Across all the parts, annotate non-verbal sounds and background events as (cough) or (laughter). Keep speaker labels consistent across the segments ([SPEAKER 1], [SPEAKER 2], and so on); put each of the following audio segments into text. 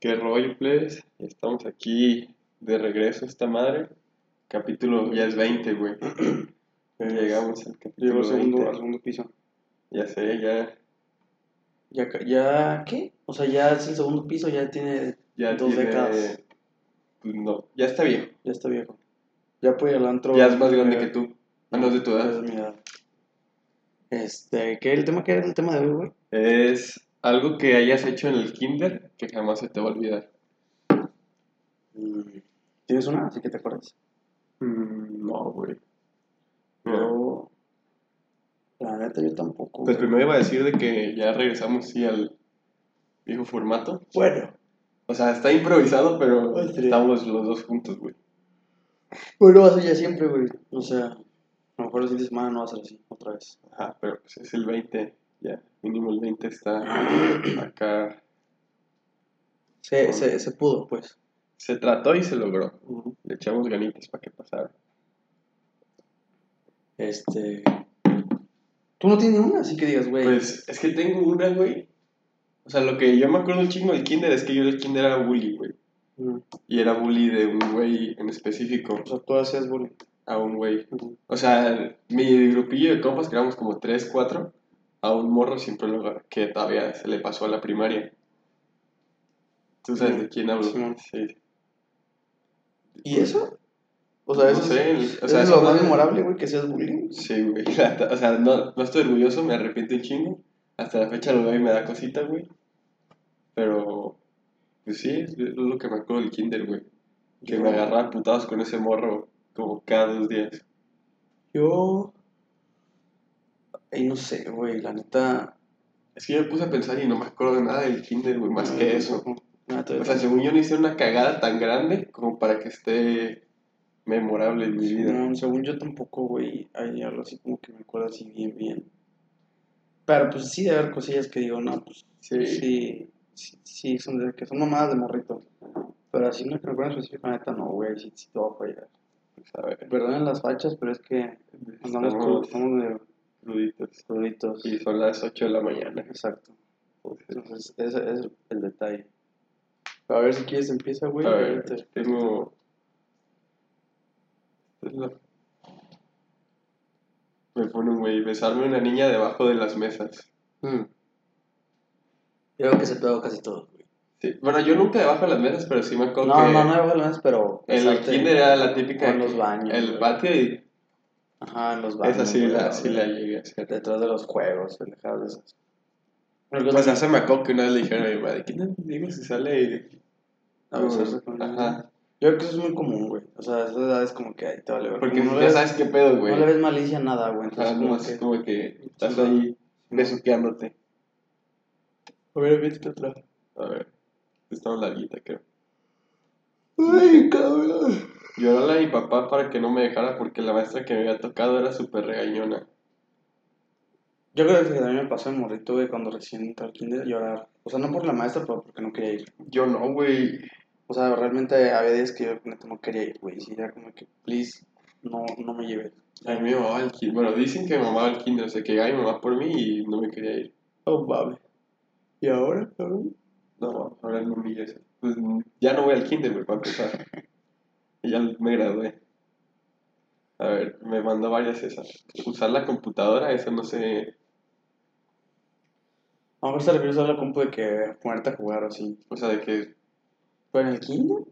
[SPEAKER 1] ¿Qué rollo, plebes? Estamos aquí de regreso a esta madre. Capítulo ya es 20, güey. Ya llegamos al
[SPEAKER 2] Llegó
[SPEAKER 1] capítulo
[SPEAKER 2] al segundo,
[SPEAKER 1] 20.
[SPEAKER 2] al segundo piso.
[SPEAKER 1] Ya sé, ya,
[SPEAKER 3] Ya, ca- ya, ¿qué? O sea, ya es el segundo piso, ya tiene,
[SPEAKER 1] ya
[SPEAKER 3] Dos
[SPEAKER 1] tiene-
[SPEAKER 3] décadas.
[SPEAKER 1] pues no, ya está viejo.
[SPEAKER 3] ya está viejo. Ya puede ir al antro.
[SPEAKER 1] Ya es más grande
[SPEAKER 3] Eh,
[SPEAKER 1] que tú. Ah, no, es de tu
[SPEAKER 3] ya
[SPEAKER 1] edad.
[SPEAKER 3] es mi edad. Este, ¿qué? ¿El tema que era el tema de hoy, güey?
[SPEAKER 1] Es algo que hayas hecho en el kinder que jamás se te va a olvidar.
[SPEAKER 3] Mm, ¿Tienes una? Así que te acuerdas.
[SPEAKER 1] Mm, no, güey. Mira,
[SPEAKER 3] Yo, la neta, yo tampoco.
[SPEAKER 1] Pues
[SPEAKER 3] güey.
[SPEAKER 1] primero iba a decir de que ya regresamos, sí, al viejo formato.
[SPEAKER 3] Bueno,
[SPEAKER 1] O sea, está improvisado, pero
[SPEAKER 3] Ay, sí.
[SPEAKER 1] estamos los dos juntos, güey.
[SPEAKER 3] bueno, va pues a ser ya siempre, güey. O sea, a lo mejor el fin de semana no va a ser así, otra vez.
[SPEAKER 1] Ajá, pero pues es el 20, ya. Mínimo el 20 está acá.
[SPEAKER 3] Se, se, se pudo, pues.
[SPEAKER 1] Se trató y se logró.
[SPEAKER 3] Ujú.
[SPEAKER 1] Le echamos ganitas para que pasara.
[SPEAKER 3] Este. Tú no tienes una, así que digas, güey.
[SPEAKER 1] Pues es que tengo una, güey. O sea, lo que yo me acuerdo un chingo del kinder es que yo del kinder era bully, güey.
[SPEAKER 3] Mm.
[SPEAKER 1] Y era bully de un güey en específico.
[SPEAKER 3] O sea, tú hacías bullying.
[SPEAKER 1] A un güey.
[SPEAKER 3] Ujú.
[SPEAKER 1] O sea, mi grupillo de compas, que éramos como 3, 4, a un morro siempre lo agar- que todavía se le pasó a la primaria. ¿Tú sabes de quién hablo?
[SPEAKER 3] Mm, Simón.
[SPEAKER 1] Sí.
[SPEAKER 3] ¿Y eso? O sea, eso
[SPEAKER 1] No
[SPEAKER 3] es-
[SPEAKER 1] sé, el- o sea,
[SPEAKER 3] es
[SPEAKER 1] esa
[SPEAKER 3] lo más
[SPEAKER 1] madre-
[SPEAKER 3] memorable, güey, que seas bullying.
[SPEAKER 1] Sí, güey. (laughs) la neta, O sea, no, no estoy orgulloso, me arrepiento un chingo. Hasta la fecha lo veo y me da cosita, güey. Pero, pues sí, es es lo que me acuerdo del kinder, güey. Que me agarraba a putados con ese morro como cada dos días.
[SPEAKER 3] Yo. Ay, no sé, güey, la neta.
[SPEAKER 1] Es que yo me puse a pensar y no me acuerdo de nada del kinder, güey, más que eso.
[SPEAKER 3] Nada,
[SPEAKER 1] O sea, según yo no hice una cagada tan grande como para que esté memorable en mi vida.
[SPEAKER 3] no, según yo tampoco, güey, hay algo así como que me acuerdo así bien, bien. Pero pues sí, de haber cosillas que digo, no, pues
[SPEAKER 1] Sí.
[SPEAKER 3] sí, sí, sí, son, de, que son mamadas de morrito. Pero así no que me acuerdo en específico, la neta, no, güey, sí, sí te va a fallar.
[SPEAKER 1] Pues, a ver,
[SPEAKER 3] Perdonen las fachas, pero es que andamos con,
[SPEAKER 1] estamos
[SPEAKER 3] estamos de
[SPEAKER 1] cruditos.
[SPEAKER 3] cruditos.
[SPEAKER 1] Y son las 8 de la mañana.
[SPEAKER 3] Exacto.
[SPEAKER 1] Entonces,
[SPEAKER 3] Entonces, ese es el, el detalle. A ver si quieres empieza, güey.
[SPEAKER 1] a ver,
[SPEAKER 3] Ahorita.
[SPEAKER 1] tengo... Este es la- Me pone un güey, besarme a una niña debajo de las mesas.
[SPEAKER 3] Mm. Yo creo que se pegó casi todo. güey.
[SPEAKER 1] Sí. Bueno, yo nunca debajo de las mesas, pero sí me acuerdo
[SPEAKER 3] No,
[SPEAKER 1] que...
[SPEAKER 3] no, no era balones, pero.
[SPEAKER 1] En el
[SPEAKER 3] besarte
[SPEAKER 1] kinder era la típica...
[SPEAKER 3] en
[SPEAKER 1] de
[SPEAKER 3] los
[SPEAKER 1] que
[SPEAKER 3] baños.
[SPEAKER 1] El
[SPEAKER 3] güey.
[SPEAKER 1] patio y...
[SPEAKER 3] Ajá, en los baños.
[SPEAKER 1] Esa sí
[SPEAKER 3] güey,
[SPEAKER 1] la,
[SPEAKER 3] güey.
[SPEAKER 1] sí la llegué a hacer.
[SPEAKER 3] Detrás de los juegos, pendejadas de esas. Pero
[SPEAKER 1] Pues hace me acuerdo que una vez le dijeron a mi madre, ¿qué no digo si sale? Y...
[SPEAKER 3] a besarse con-
[SPEAKER 1] Ajá.
[SPEAKER 3] Yo creo que eso es muy común, güey. O sea, esa edad es como que ahí te vale ver.
[SPEAKER 1] Porque
[SPEAKER 3] Como no
[SPEAKER 1] ya
[SPEAKER 3] le ves,
[SPEAKER 1] sabes qué pedo, güey.
[SPEAKER 3] no le ves malicia a nada, güey.
[SPEAKER 1] Ajá,
[SPEAKER 3] Entonces,
[SPEAKER 1] no,
[SPEAKER 3] como
[SPEAKER 1] es
[SPEAKER 3] que.
[SPEAKER 1] como que estás
[SPEAKER 3] Sí.
[SPEAKER 1] ahí besuqueándote.
[SPEAKER 3] A ver, vete atrás.
[SPEAKER 1] A ver, está larguita, creo.
[SPEAKER 3] Ay, cabrón.
[SPEAKER 1] Llorarle a mi papá para que no me dejara porque la maestra que me había tocado era súper regañona.
[SPEAKER 3] Yo creo que también me pasó el morrito, güey, cuando recién entré al kinder, llorar. O sea, no por la maestra, pero porque no quería ir.
[SPEAKER 1] Yo no, güey.
[SPEAKER 3] O sea, realmente había días que yo neta no quería ir, güey. Y sí, era como que, please, no, no me lleves.
[SPEAKER 1] A mí me mamaba el kinder. Bueno, dicen que me mamaba el kinder, o sea, que llegaba mi mamá por mí y no me quería ir.
[SPEAKER 3] Oh, babe. ¿Y ahora, cabrón?
[SPEAKER 1] No, ahora no me eso. Pues ya no voy al kinder, güey, para empezar. Y ya me gradué. A ver, me mandó varias esas. Usar la computadora, eso no sé.
[SPEAKER 3] A lo mejor se refiere a la compu de que ponerte a jugar o así.
[SPEAKER 1] O sea, de que.
[SPEAKER 3] Pero en el kinder,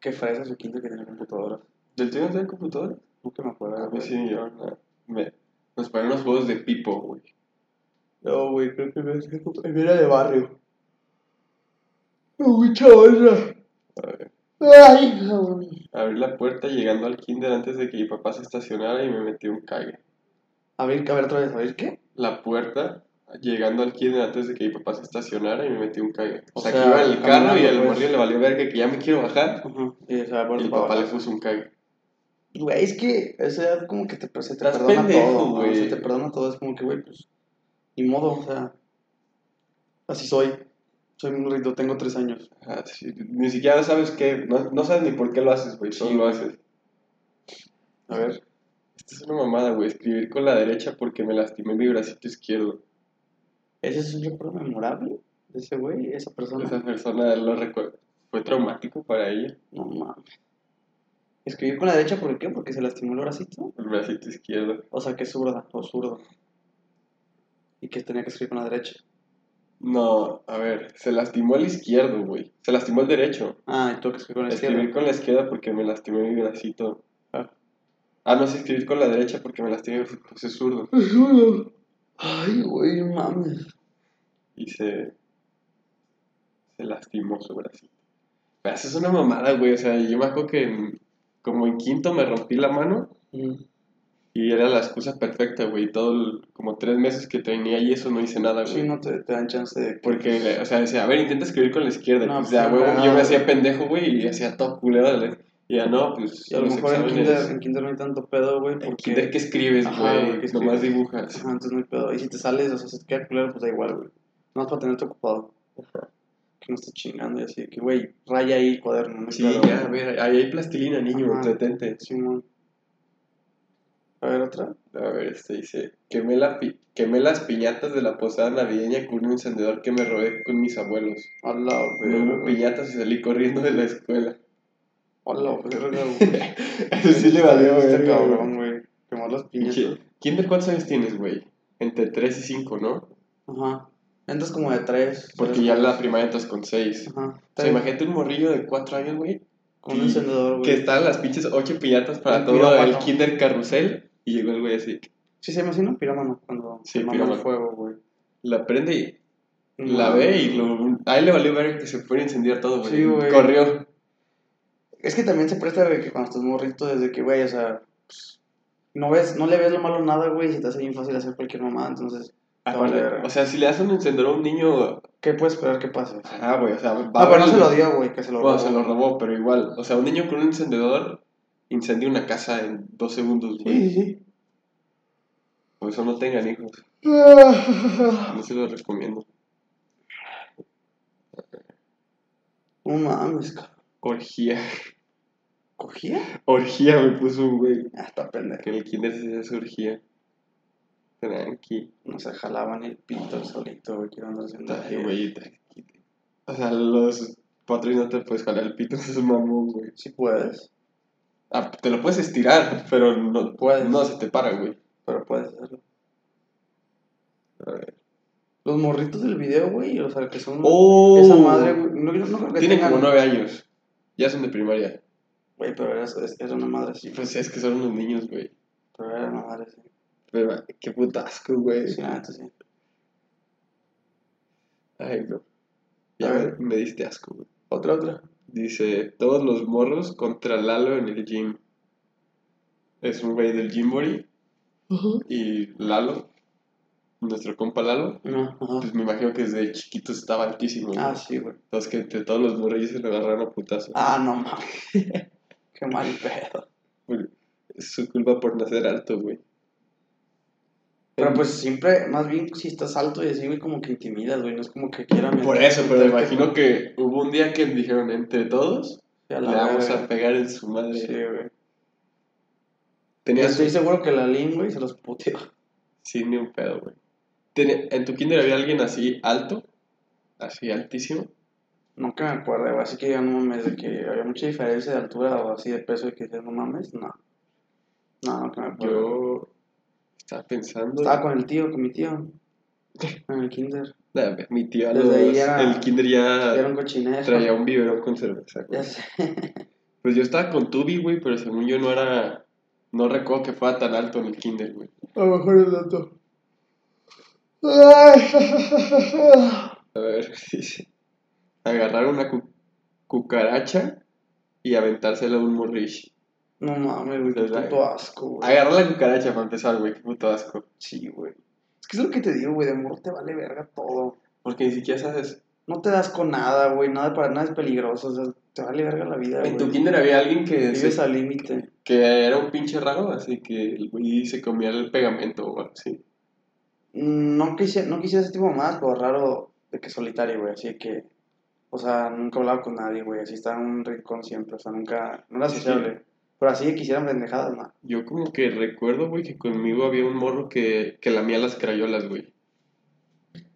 [SPEAKER 3] qué fresa su kinder que tiene computadora.
[SPEAKER 1] ¿Del tuyo no tenía computadora?
[SPEAKER 3] Nunca me acuerdo.
[SPEAKER 1] A mí
[SPEAKER 3] güey.
[SPEAKER 1] Ah, pues sí me llevaron a- me- Nos ponían unos juegos de pipo, güey.
[SPEAKER 3] No, güey, creo que me, me era de barrio. No, güey, chaval.
[SPEAKER 1] A ver,
[SPEAKER 3] Ay, cabrón.
[SPEAKER 1] abrí la puerta llegando al kinder antes de que mi papá se estacionara y me metí un cague.
[SPEAKER 3] A ver, a ver otra vez, a ver qué.
[SPEAKER 1] La puerta llegando al kinder antes de que mi papá se estacionara y me metí un cague. O,
[SPEAKER 3] O
[SPEAKER 1] sea,
[SPEAKER 3] sea,
[SPEAKER 1] que iba el carro y
[SPEAKER 3] caminando,
[SPEAKER 1] al
[SPEAKER 3] pues.
[SPEAKER 1] morrillo le valió verga que ya me quiero bajar.
[SPEAKER 3] Ajá. Y o sea,
[SPEAKER 1] Y el papá le puso un cague.
[SPEAKER 3] Güey, es que esa edad como que te, pues, se te
[SPEAKER 1] Estás
[SPEAKER 3] perdona
[SPEAKER 1] pendejo,
[SPEAKER 3] todo, güey.
[SPEAKER 1] güey.
[SPEAKER 3] Se te perdona todo, es como que, güey, pues, ni modo, o sea, así soy. Soy un morrito, tengo tres años.
[SPEAKER 1] Ah, sí, Ni siquiera sabes qué, no, no sabes ni por qué lo haces, güey, solo
[SPEAKER 3] Sí,
[SPEAKER 1] lo
[SPEAKER 3] güey.
[SPEAKER 1] haces.
[SPEAKER 3] A ver.
[SPEAKER 1] Esta es una mamada, güey, escribir con la derecha porque me lastimé mi bracito izquierdo.
[SPEAKER 3] ¿Ese es un recuerdo memorable? ese güey, esa persona.
[SPEAKER 1] Esa persona lo recuerda. Fue traumático para ella.
[SPEAKER 3] No mames. Escribió con la derecha, ¿por qué? Porque se lastimó el bracito.
[SPEAKER 1] El bracito izquierdo.
[SPEAKER 3] O sea, que es zurda o zurdo. Y que tenía que escribir con la derecha.
[SPEAKER 1] No, a ver, se lastimó el izquierdo, güey. Se lastimó el derecho.
[SPEAKER 3] Ah, y tuvo que escribir con la
[SPEAKER 1] Escribir
[SPEAKER 3] izquierda.
[SPEAKER 1] con la izquierda porque me lastimé mi bracito.
[SPEAKER 3] Ah.
[SPEAKER 1] Ah, no sé escribir con la derecha porque me lastimé, pues es zurdo.
[SPEAKER 3] Ay, güey, mames.
[SPEAKER 1] Y se. Se lastimó su bracito. Pero eso es una mamada, güey. O sea, yo me acuerdo que en- como en quinto me rompí la mano
[SPEAKER 3] Mm.
[SPEAKER 1] y era la excusa perfecta, güey. Todo el- como tres meses que tenía y eso no hice nada, güey.
[SPEAKER 3] Sí, no te, te dan chance de.
[SPEAKER 1] Porque, o sea, decía, a ver, intenta escribir con la izquierda.
[SPEAKER 3] No,
[SPEAKER 1] pues,
[SPEAKER 3] pues,
[SPEAKER 1] ya,
[SPEAKER 3] no,
[SPEAKER 1] güey,
[SPEAKER 3] no,
[SPEAKER 1] yo me
[SPEAKER 3] no.
[SPEAKER 1] hacía pendejo, güey, y hacía todo culero. dale. Y ya no, pues
[SPEAKER 3] Y a lo
[SPEAKER 1] los
[SPEAKER 3] mejor en
[SPEAKER 1] exámenes-
[SPEAKER 3] kinder, en kinder no hay tanto pedo, güey,
[SPEAKER 1] en
[SPEAKER 3] porque...
[SPEAKER 1] kinder, ¿qué escribes,
[SPEAKER 3] Ajá,
[SPEAKER 1] güey?
[SPEAKER 3] güey, ¿qué
[SPEAKER 1] Nomás
[SPEAKER 3] escribes?
[SPEAKER 1] dibujas.
[SPEAKER 3] Ajá, entonces no hay pedo. Y si te sales, o sea, si te queda culero, pues da igual, güey. Nomás para tenerte ocupado. Que no estés chingando y así, de que, güey, raya ahí el cuaderno, no hay
[SPEAKER 1] Sí,
[SPEAKER 3] pedo,
[SPEAKER 1] ya, a
[SPEAKER 3] güey.
[SPEAKER 1] ver, ahí hay plastilina, niño,
[SPEAKER 3] Ajá.
[SPEAKER 1] entretente.
[SPEAKER 3] Simón. A ver, otra.
[SPEAKER 1] A ver, este dice, quemé, la pi- quemé las piñatas de la posada navideña con un encendedor que me robé con mis abuelos.
[SPEAKER 3] Hola,
[SPEAKER 1] Me hubo
[SPEAKER 3] güey.
[SPEAKER 1] piñatas y salí corriendo de la
[SPEAKER 3] (laughs)
[SPEAKER 1] escuela.
[SPEAKER 3] Hola, pues,
[SPEAKER 1] (laughs)
[SPEAKER 3] güey.
[SPEAKER 1] Eso sí le valió,
[SPEAKER 3] Este
[SPEAKER 1] verga, güey.
[SPEAKER 3] cabrón, güey. Quemar las piñatas.
[SPEAKER 1] Pinche- ¿Quién de cuántos años tienes, güey? Entre 3 y 5, ¿no?
[SPEAKER 3] Ajá. Entras como de tres.
[SPEAKER 1] Porque
[SPEAKER 3] tres,
[SPEAKER 1] ya en la
[SPEAKER 3] cuatro.
[SPEAKER 1] primaria entras con 6.
[SPEAKER 3] Ajá.
[SPEAKER 1] O sea, imagínate un morrillo de 4 años, güey,
[SPEAKER 3] Con un encendedor,
[SPEAKER 1] que
[SPEAKER 3] güey.
[SPEAKER 1] estaban las pinches 8 piñatas para
[SPEAKER 3] Un
[SPEAKER 1] todo el
[SPEAKER 3] pirómano.
[SPEAKER 1] kinder carrusel. Y llegó el güey así,
[SPEAKER 3] Sí, se llama así, ¿no? Pirómano. Cuando
[SPEAKER 1] Sí,
[SPEAKER 3] se mama
[SPEAKER 1] pirómano.
[SPEAKER 3] el fuego, güey.
[SPEAKER 1] la prende y
[SPEAKER 3] No,
[SPEAKER 1] La ve y
[SPEAKER 3] güey.
[SPEAKER 1] lo, a él le valió ver que se fuera a incendiar todo, güey.
[SPEAKER 3] Sí, güey.
[SPEAKER 1] Corrió.
[SPEAKER 3] Es que también se presta de que cuando estás morrito, desde que, güey, o sea, pues, no ves, no le ves lo malo a nada, güey, y se te hace bien fácil hacer cualquier mamada, entonces,
[SPEAKER 1] Aparte,
[SPEAKER 3] verga.
[SPEAKER 1] Ah, o sea, si le das un encendedor a un niño.
[SPEAKER 3] ¿qué puedes esperar que pase?
[SPEAKER 1] Ah, güey, o sea, va
[SPEAKER 3] Ah, pero no
[SPEAKER 1] a-
[SPEAKER 3] se lo dio, güey, que se lo
[SPEAKER 1] Bueno,
[SPEAKER 3] robó.
[SPEAKER 1] se lo robó, pero igual. O sea, un niño con un encendedor incendia una casa en dos segundos, güey.
[SPEAKER 3] Sí, sí, sí.
[SPEAKER 1] Por eso no tengan hijos.
[SPEAKER 3] Ah.
[SPEAKER 1] No se los recomiendo.
[SPEAKER 3] No mames, cabrón.
[SPEAKER 1] Orgía.
[SPEAKER 3] ¿Cogía?
[SPEAKER 1] Orgía me puso un güey.
[SPEAKER 3] Ah, está pendejo.
[SPEAKER 1] Que en el kinder se hace orgía. Tranqui.
[SPEAKER 3] No se jalaban el pito solito, güey, que iban haciendo
[SPEAKER 1] Ay,
[SPEAKER 3] aquí.
[SPEAKER 1] güey, tranqui. O sea, los cuatro y no te puedes jalar el pito, (laughs) eso es mamón, güey.
[SPEAKER 3] Sí puedes,
[SPEAKER 1] Ah, te lo puedes estirar, pero no,
[SPEAKER 3] Puedes.
[SPEAKER 1] no se te para, güey.
[SPEAKER 3] pero puedes hacerlo.
[SPEAKER 1] A ver.
[SPEAKER 3] Los morritos del video, güey, o sea, que son...
[SPEAKER 1] ¡Oh!
[SPEAKER 3] Esa madre, güey, no, no, no creo que
[SPEAKER 1] Tienen
[SPEAKER 3] tengan-
[SPEAKER 1] como nueve años. Ya son de primaria.
[SPEAKER 3] Güey, pero era, era una madre así,
[SPEAKER 1] Y pues es que son unos niños, güey.
[SPEAKER 3] pero era una madre así.
[SPEAKER 1] Pero qué putasco, güey.
[SPEAKER 3] Sí, la neta, sí.
[SPEAKER 1] Ay, no. Ya
[SPEAKER 3] A
[SPEAKER 1] me,
[SPEAKER 3] ver.
[SPEAKER 1] me diste asco, güey.
[SPEAKER 3] Otra, otra.
[SPEAKER 1] Dice, todos los morros contra Lalo en el gym. Es un güey del Gymboree. Y Lalo, nuestro compa Lalo,
[SPEAKER 3] No, ajá.
[SPEAKER 1] pues me imagino que desde chiquito estaba altísimo. güey.
[SPEAKER 3] Ah, sí, güey.
[SPEAKER 1] Entonces que entre todos los morrillos se le agarraron a putazo.
[SPEAKER 3] Ah, no mames. (laughs) Qué mal pedo.
[SPEAKER 1] Güey, Es su culpa por nacer alto, güey.
[SPEAKER 3] Pero pues siempre, más bien si estás alto y así, güey, como que intimidas, güey. No es como que quieran.
[SPEAKER 1] Por eso, pero me imagino que hubo un día que dijeron entre todos,
[SPEAKER 3] Ya
[SPEAKER 1] le
[SPEAKER 3] la
[SPEAKER 1] vamos
[SPEAKER 3] verga.
[SPEAKER 1] a pegar en su madre.
[SPEAKER 3] Sí, Pues güey. Yo
[SPEAKER 1] Tenías
[SPEAKER 3] estoy seguro que la Lin, güey, se los puteó. (laughs)
[SPEAKER 1] sin ni un pedo, güey. Tenía- ¿En tu kinder había alguien así alto? Así altísimo.
[SPEAKER 3] Nunca me acuerdo, güey. Así que ya no mames, de que había mucha diferencia de altura o así de peso y que dices, no mames, no. No, no que me acuerdo.
[SPEAKER 1] Yo estaba pensando.
[SPEAKER 3] Estaba con el tío, con mi tío. En el kinder.
[SPEAKER 1] Nah, mi tío a
[SPEAKER 3] Desde
[SPEAKER 1] los-
[SPEAKER 3] ahí ya-
[SPEAKER 1] el kinder ya
[SPEAKER 3] Era un cochinero.
[SPEAKER 1] traía un biberón con cerveza, güey.
[SPEAKER 3] Ya sé.
[SPEAKER 1] Pues yo estaba con Tubi, güey, pero según yo no era. No recuerdo que fuera tan alto en el kinder, güey.
[SPEAKER 3] A lo mejor es tanto.
[SPEAKER 1] A ver, (laughs) dice. Agarrar una cu- cucaracha y aventársela a un morrish.
[SPEAKER 3] No mames, güey, qué
[SPEAKER 1] Desde ahí.
[SPEAKER 3] puto asco, güey.
[SPEAKER 1] Agarrar la cucaracha para empezar, güey, qué puto asco.
[SPEAKER 3] Sí, güey. Es que es lo que te digo, güey, de amor te vale verga todo.
[SPEAKER 1] Porque ni siquiera sabes.
[SPEAKER 3] No te das con nada, güey, nada para nada es peligroso, o sea, te vale verga la vida,
[SPEAKER 1] En tu
[SPEAKER 3] güey.
[SPEAKER 1] kinder había alguien que, se-
[SPEAKER 3] Vives al límite.
[SPEAKER 1] que era un pinche raro, así que el güey se comía el pegamento o algo así.
[SPEAKER 3] Mm, No quisiera, no quisiera ese tipo más, pero raro de que solitario, güey, así que... O sea, nunca hablaba con nadie, güey, así estaba en un rincón siempre, o sea, nunca... No era
[SPEAKER 1] Sí.
[SPEAKER 3] sociable. Pero así que quisieran pendejadas, no.
[SPEAKER 1] Yo como que recuerdo, güey, que conmigo había un morro que, que lamía las crayolas, güey.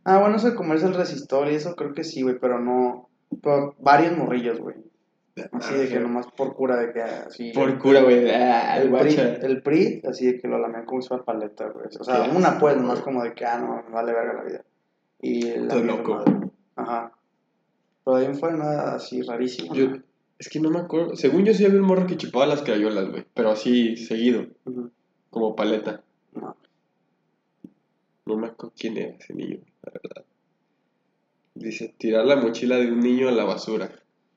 [SPEAKER 3] Ah, bueno, eso de comerse el resistor y eso creo que sí, güey, pero no. Pero varios morrillos, güey. Así de que nomás por cura de que ah, así.
[SPEAKER 1] Ah, Por cura, güey. Ah,
[SPEAKER 3] el, PRI,
[SPEAKER 1] guacha.
[SPEAKER 3] el PRI, así de que lo lamean como si fuera paleta, güey. O sea,
[SPEAKER 1] Qué
[SPEAKER 3] una
[SPEAKER 1] asco,
[SPEAKER 3] pues,
[SPEAKER 1] güey.
[SPEAKER 3] nomás como de que, ah, no, me vale verga la vida. Y la
[SPEAKER 1] Todo
[SPEAKER 3] mierda,
[SPEAKER 1] loco.
[SPEAKER 3] madre. Ajá. Pero de ahí en fuera nada así rarísimo.
[SPEAKER 1] Yo, es que no me acuerdo. Según yo sí había un morro que chupaba las crayolas, güey. Pero así, seguido,
[SPEAKER 3] Ujú.
[SPEAKER 1] como paleta.
[SPEAKER 3] No.
[SPEAKER 1] No me acuerdo quién era ese niño, la verdad. Dice, tirar la mochila de un niño a la basura.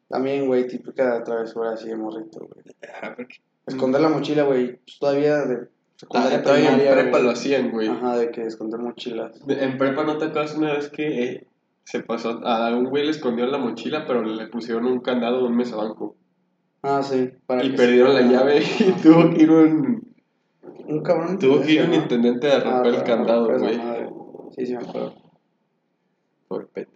[SPEAKER 3] También, güey, típica travesura así de morrito, güey.
[SPEAKER 1] Ah, porque-
[SPEAKER 3] Esconder la mochila, güey. pues, Todavía de secundaria,
[SPEAKER 1] Ah, todavía en
[SPEAKER 3] primaria,
[SPEAKER 1] prepa
[SPEAKER 3] güey.
[SPEAKER 1] lo hacían, güey.
[SPEAKER 3] Ajá, de que esconder mochilas.
[SPEAKER 1] En prepa no te acuerdas una vez que eh, se pasó, a un güey le escondió la mochila, pero le pusieron un candado a un mesabanco.
[SPEAKER 3] Ah, sí. Para
[SPEAKER 1] Y
[SPEAKER 3] que-
[SPEAKER 1] perdieron la
[SPEAKER 3] Ajá.
[SPEAKER 1] llave y tuvo que ir un,
[SPEAKER 3] Un cabrón.
[SPEAKER 1] tuvo que ir un
[SPEAKER 3] ¿no?
[SPEAKER 1] intendente a
[SPEAKER 3] Ah,
[SPEAKER 1] romper el
[SPEAKER 3] para-
[SPEAKER 1] candado,
[SPEAKER 3] para esa
[SPEAKER 1] güey.
[SPEAKER 3] madre. Sí, sí, me acuerdo.
[SPEAKER 1] Por pendejo.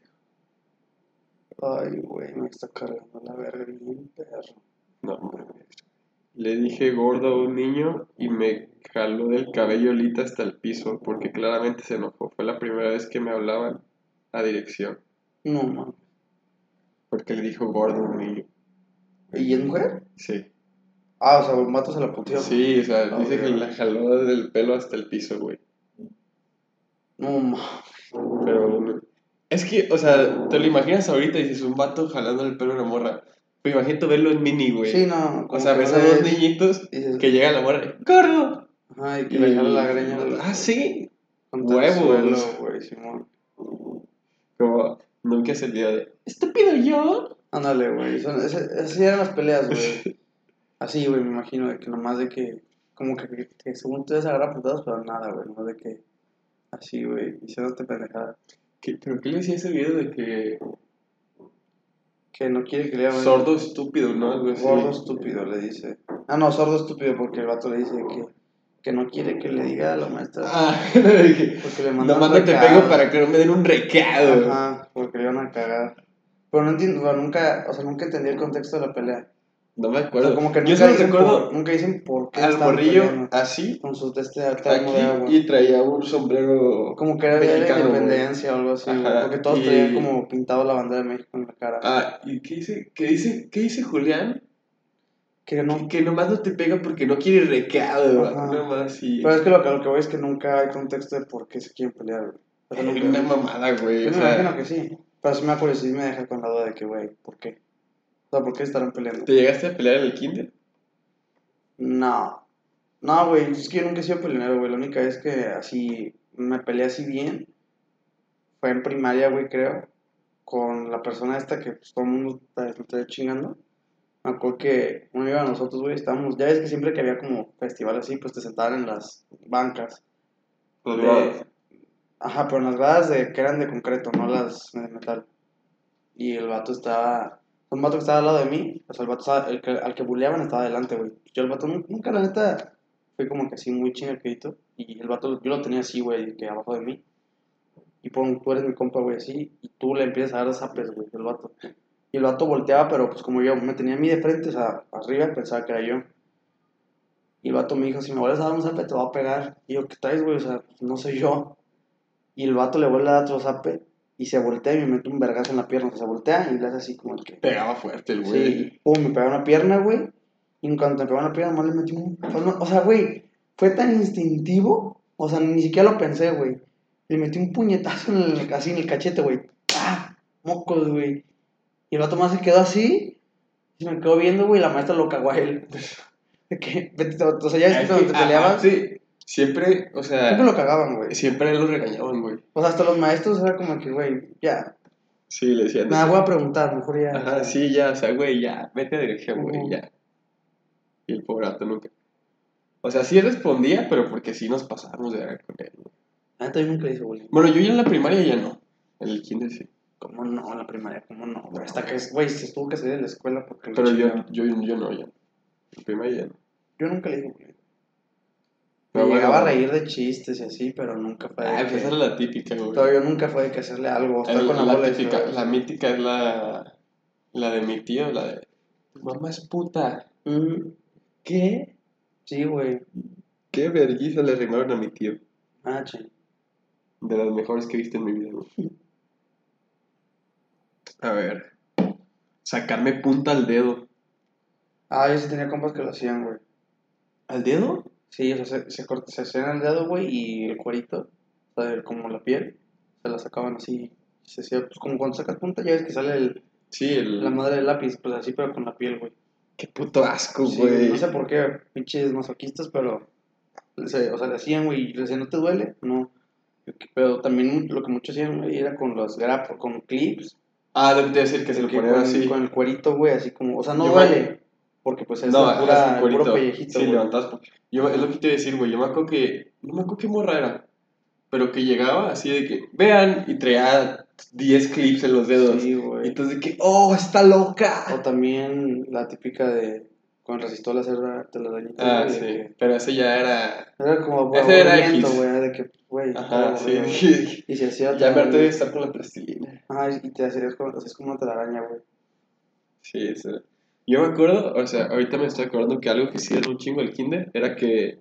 [SPEAKER 3] Ay, güey, me está cargando la verga bien, perro.
[SPEAKER 1] No, mames. Le dije gordo a un niño y me jaló del cabello lita hasta el piso porque claramente se enojó. Fue la primera vez que me hablaban a dirección
[SPEAKER 3] No, mames.
[SPEAKER 1] porque le dijo gordo a un niño.
[SPEAKER 3] ¿Y es mujer?
[SPEAKER 1] Sí.
[SPEAKER 3] Ah, o sea, el mato se la puteó.
[SPEAKER 1] Sí, o sea,
[SPEAKER 3] Ah,
[SPEAKER 1] dice que
[SPEAKER 3] ok.
[SPEAKER 1] la jaló del pelo hasta el piso, güey.
[SPEAKER 3] No, mames.
[SPEAKER 1] Pero es que, o sea, te lo imaginas ahorita y dices un vato jalando el pelo a una morra. Pero imagínate verlo en mini, güey.
[SPEAKER 3] Sí, no.
[SPEAKER 1] o
[SPEAKER 3] como
[SPEAKER 1] sea,
[SPEAKER 3] que
[SPEAKER 1] ves
[SPEAKER 3] no
[SPEAKER 1] a
[SPEAKER 3] le
[SPEAKER 1] dos
[SPEAKER 3] ves-
[SPEAKER 1] niñitos
[SPEAKER 3] Dices,
[SPEAKER 1] que llega la morra y ¡Gordo!
[SPEAKER 3] Ajá, y que le jala la greña.
[SPEAKER 1] Ah, sí.
[SPEAKER 3] contra el
[SPEAKER 1] huevos.
[SPEAKER 3] suelo, güey, Simón.
[SPEAKER 1] Como nunca es el día de ¡Estúpido yo!
[SPEAKER 3] Ándale, güey. son- ese- Así eran las
[SPEAKER 1] (laughs)
[SPEAKER 3] peleas, güey. Así, güey, me imagino, de que nomás de que. Como que, que, que según tú se agarra putadas, pero nada, güey. Nomás de que. Así, güey. Hicieronte pendejada.
[SPEAKER 1] ¿Qué- ¿Pero qué le decía ese video de que
[SPEAKER 3] Que no quiere que le hagan.
[SPEAKER 1] sordo estúpido, no? Algo así.
[SPEAKER 3] Gordo estúpido, le dice. Ah, no, sordo estúpido, porque el vato le dice que, que no quiere que le diga a la maestra.
[SPEAKER 1] Ah, (laughs) le dije.
[SPEAKER 3] Porque le
[SPEAKER 1] No
[SPEAKER 3] mandó
[SPEAKER 1] manda te
[SPEAKER 3] recado.
[SPEAKER 1] pego para que no me den un recado.
[SPEAKER 3] Ajá, porque le van a cagar. Pero no entiendo, bueno, nunca, o sea, nunca entendí el contexto de la pelea.
[SPEAKER 1] No me
[SPEAKER 3] O
[SPEAKER 1] acuerdo.
[SPEAKER 3] sea, como que
[SPEAKER 1] Yo
[SPEAKER 3] nunca
[SPEAKER 1] solo
[SPEAKER 3] dicen,
[SPEAKER 1] recuerdo
[SPEAKER 3] por, nunca dicen por qué
[SPEAKER 1] al
[SPEAKER 3] estaban
[SPEAKER 1] morrillo
[SPEAKER 3] peleando.
[SPEAKER 1] así,
[SPEAKER 3] con su este termo de agua.
[SPEAKER 1] aquí y traía un sombrero.
[SPEAKER 3] Como que era de la
[SPEAKER 1] mexicano, güey.
[SPEAKER 3] independencia o algo así, güey,
[SPEAKER 1] Ajá,
[SPEAKER 3] porque todos
[SPEAKER 1] y-
[SPEAKER 3] traían como pintado la bandera de México en la cara.
[SPEAKER 1] Ah, ¿y qué dice, qué dice, qué dice Julián?
[SPEAKER 3] que no.
[SPEAKER 1] Que nomás no te pega porque no quiere recado.
[SPEAKER 3] Ajá.
[SPEAKER 1] Nomás y.
[SPEAKER 3] Pero es que lo, que lo que voy es que nunca hay contexto de por qué se quieren pelear, güey. O
[SPEAKER 1] (laughs)
[SPEAKER 3] sea, nunca-
[SPEAKER 1] una mamada, güey.
[SPEAKER 3] Yo
[SPEAKER 1] O
[SPEAKER 3] me
[SPEAKER 1] sea,
[SPEAKER 3] imagino que sí. Pero sí me acuerdo y sí me deja con la duda de que, güey, ¿por qué? O sea, ¿por qué estarán peleando?
[SPEAKER 1] ¿te llegaste a pelear en el kinder?
[SPEAKER 3] No. No, güey, es que yo nunca he sido peleonero, güey. La única vez que así me peleé así bien fue en primaria, güey, creo. Con la persona esta que pues, todo el mundo está, está chingando. Me acuerdo que uno iba a nosotros, güey, estábamos... Ya ves que siempre que había como festival así, pues te sentaban en las bancas.
[SPEAKER 1] Los
[SPEAKER 3] de-
[SPEAKER 1] grados.
[SPEAKER 3] Ajá, pero en las gradas de, que eran de concreto, no las de metal. Y el vato estaba. Un vato que estaba al lado de mí, o sea, el vato estaba- el que- al que buleaban estaba adelante, güey. Yo el vato nu- nunca, la neta, fue como que así muy chingadito. Y el vato, yo lo tenía así, güey, que abajo de mí. Y por un, tú eres mi compa, güey, así. Y tú le empiezas a dar zapes, güey, el vato. Y el vato volteaba, pero pues como yo me tenía a mí de frente, o sea, arriba, pensaba que era yo. Y el vato me dijo, si me vuelves a dar un zape, te voy a pegar. Y yo, ¿qué traes, güey? O sea, no soy yo. Y el vato le vuelve a dar otro zape y se voltea y me mete un vergazo en la pierna. O sea, se voltea y le hace así como el que.
[SPEAKER 1] Pegaba fuerte el güey.
[SPEAKER 3] Sí, pum, me pegó una pierna, güey. Y en cuanto me pegó una pierna, más le metí un. pues no, O sea, güey, fue tan instintivo. O sea, ni siquiera lo pensé, güey. Le metí un puñetazo en el, así en el cachete, güey. ¡Ah! Mocos, güey. Y el vato más se quedó así. Y se me quedó viendo, güey. y La maestra lo cagó a él. (laughs) De que, vete, o sea, ya ves que
[SPEAKER 1] Es
[SPEAKER 3] cuando
[SPEAKER 1] que,
[SPEAKER 3] te
[SPEAKER 1] ajá,
[SPEAKER 3] peleabas,
[SPEAKER 1] Sí, siempre, o
[SPEAKER 3] siempre
[SPEAKER 1] sea,
[SPEAKER 3] lo cagaban, güey.
[SPEAKER 1] siempre lo regañaban, güey.
[SPEAKER 3] O sea, hasta los maestros era como que, güey, ya,
[SPEAKER 1] Sí, le decían.
[SPEAKER 3] me
[SPEAKER 1] de-
[SPEAKER 3] hago a preguntar, mejor ya.
[SPEAKER 1] Ajá, sí, ya, o sea, güey, ya, vete a dirección, güey,
[SPEAKER 3] Ujú.
[SPEAKER 1] ya. Y el pobre gato nunca. O sea, sí respondía, pero porque sí nos pasábamos de verga con él. güey.
[SPEAKER 3] La neta, yo nunca le hice bullying.
[SPEAKER 1] Bueno, yo ya en la primaria ya no. En el kinder sí.
[SPEAKER 3] ¿Cómo no? En la primaria, ¿cómo no? güey? Hasta que, güey, se tuvo que salir de la escuela porque... lo
[SPEAKER 1] Pero yo,
[SPEAKER 3] chingaban.
[SPEAKER 1] yo, yo no, ya. En la primaria ya no.
[SPEAKER 3] Yo nunca le hice bullying. Me
[SPEAKER 1] Pero bueno,
[SPEAKER 3] llegaba a reír de chistes y así, pero nunca fue de
[SPEAKER 1] Ah, pues
[SPEAKER 3] que...
[SPEAKER 1] esa era la típica, güey.
[SPEAKER 3] Todavía nunca fue de que hacerle algo, o estar
[SPEAKER 1] Era
[SPEAKER 3] con la,
[SPEAKER 1] la,
[SPEAKER 3] bola de
[SPEAKER 1] típica,
[SPEAKER 3] flores.
[SPEAKER 1] la mítica es la, la de mi tío, la de... Tu mamá es puta.
[SPEAKER 3] Mm,
[SPEAKER 1] ¿Qué?
[SPEAKER 3] sí, güey.
[SPEAKER 1] ¿Qué vergüenza le rimaron a mi tío?
[SPEAKER 3] Ah, ching.
[SPEAKER 1] De las mejores que he visto en mi vida, güey. A ver. Sacarme punta al dedo.
[SPEAKER 3] Ah, yo sí tenía compas que lo hacían, güey.
[SPEAKER 1] ¿Al dedo?
[SPEAKER 3] Sí, o sea, se, se, cort- se hacían el dedo, güey, y el cuerito, o sea, el- como la piel, se la sacaban así. Se hacía, pues como cuando sacas punta, ya ves que sale el-
[SPEAKER 1] Sí, el.
[SPEAKER 3] la madre del lápiz, pues así, pero con la piel, güey.
[SPEAKER 1] Qué puto asco,
[SPEAKER 3] Sí,
[SPEAKER 1] güey.
[SPEAKER 3] no sé por qué, pinches masoquistas, pero. se- o sea, le hacían, güey, y le decían, ¿no te duele? No. Pero también lo que muchos hacían, güey, era con los grapos, con clips.
[SPEAKER 1] Ah, lo que te iba a decir, que se lo
[SPEAKER 3] que
[SPEAKER 1] ponían
[SPEAKER 3] con,
[SPEAKER 1] así.
[SPEAKER 3] con el cuerito, güey, así como. O sea, no
[SPEAKER 1] Yo me-
[SPEAKER 3] duele, porque pues es
[SPEAKER 1] No,
[SPEAKER 3] la pura,
[SPEAKER 1] el
[SPEAKER 3] el puro
[SPEAKER 1] cuerito.
[SPEAKER 3] pellejito,
[SPEAKER 1] sí,
[SPEAKER 3] güey.
[SPEAKER 1] levantabas por- Yo, es lo que te iba a decir, güey. Yo me acuerdo que. No me acuerdo qué morra era. Pero que llegaba así de que. Vean, y traía 10 clips en los dedos.
[SPEAKER 3] Sí,
[SPEAKER 1] Y
[SPEAKER 3] güey.
[SPEAKER 1] entonces de que. ¡Oh, está
[SPEAKER 3] O
[SPEAKER 1] loca!
[SPEAKER 3] también la típica de con resistol hacer la telarañita.
[SPEAKER 1] Ah,
[SPEAKER 3] güey,
[SPEAKER 1] sí.
[SPEAKER 3] de que-
[SPEAKER 1] Pero ese ya era.
[SPEAKER 3] Era como
[SPEAKER 1] Ese era
[SPEAKER 3] aburrimiento,
[SPEAKER 1] X.
[SPEAKER 3] güey, de que, güey, estaba
[SPEAKER 1] Ajá, sí.
[SPEAKER 3] aburrido, Ah, güey.
[SPEAKER 1] dije,
[SPEAKER 3] Y si hacías
[SPEAKER 1] (laughs) Ya me harté de
[SPEAKER 3] telaraña-
[SPEAKER 1] estar con la plastilina.
[SPEAKER 3] Ajá, y te hacías como, hacías como una telaraña, güey.
[SPEAKER 1] Sí, eso era. Yo me acuerdo, o sea, ahorita me estoy acordando que algo que sí era un chingo el kinder era que.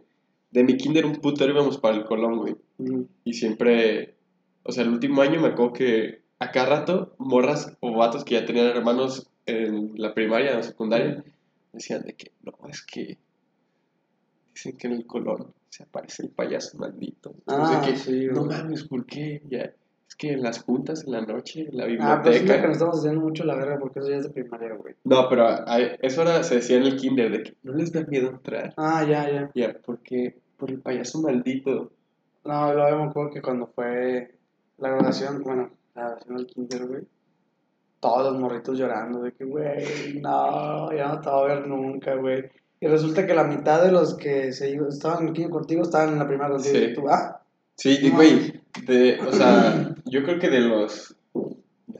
[SPEAKER 1] De mi kinder un putero íbamos para el Colón, güey.
[SPEAKER 3] Ujú.
[SPEAKER 1] Y siempre, o sea, el último año me acuerdo que a cada rato morras o vatos que ya tenían hermanos en la primaria o secundaria decían de que no, es que dicen que en el Colón se aparece el payaso maldito. Entonces,
[SPEAKER 3] Ah,
[SPEAKER 1] de que,
[SPEAKER 3] sí,
[SPEAKER 1] no
[SPEAKER 3] güey.
[SPEAKER 1] mames, ¿por qué? Ya, es que en las juntas, en la noche, en la
[SPEAKER 3] Ah, pero sí,
[SPEAKER 1] biblioteca.
[SPEAKER 3] creo que nos estamos haciendo mucho la guerra porque eso ya es de primaria, güey.
[SPEAKER 1] No, pero a- a- eso era, se decía en el kinder, de que no les da miedo entrar.
[SPEAKER 3] Ah, ya, ya.
[SPEAKER 1] Ya, porque por el payaso maldito.
[SPEAKER 3] No, lo vemos como que cuando fue la graduación, bueno, la graduación del kinder, güey. Todos los morritos llorando de que, güey, no, ya no te va a ver nunca, güey. Y resulta que la mitad de los que se iban- estaban aquí contigo estaban en la primera contigo.
[SPEAKER 1] Sí.
[SPEAKER 3] Y tú, ah,
[SPEAKER 1] Sí, y,
[SPEAKER 3] No
[SPEAKER 1] güey, de, o sea, yo creo que de los...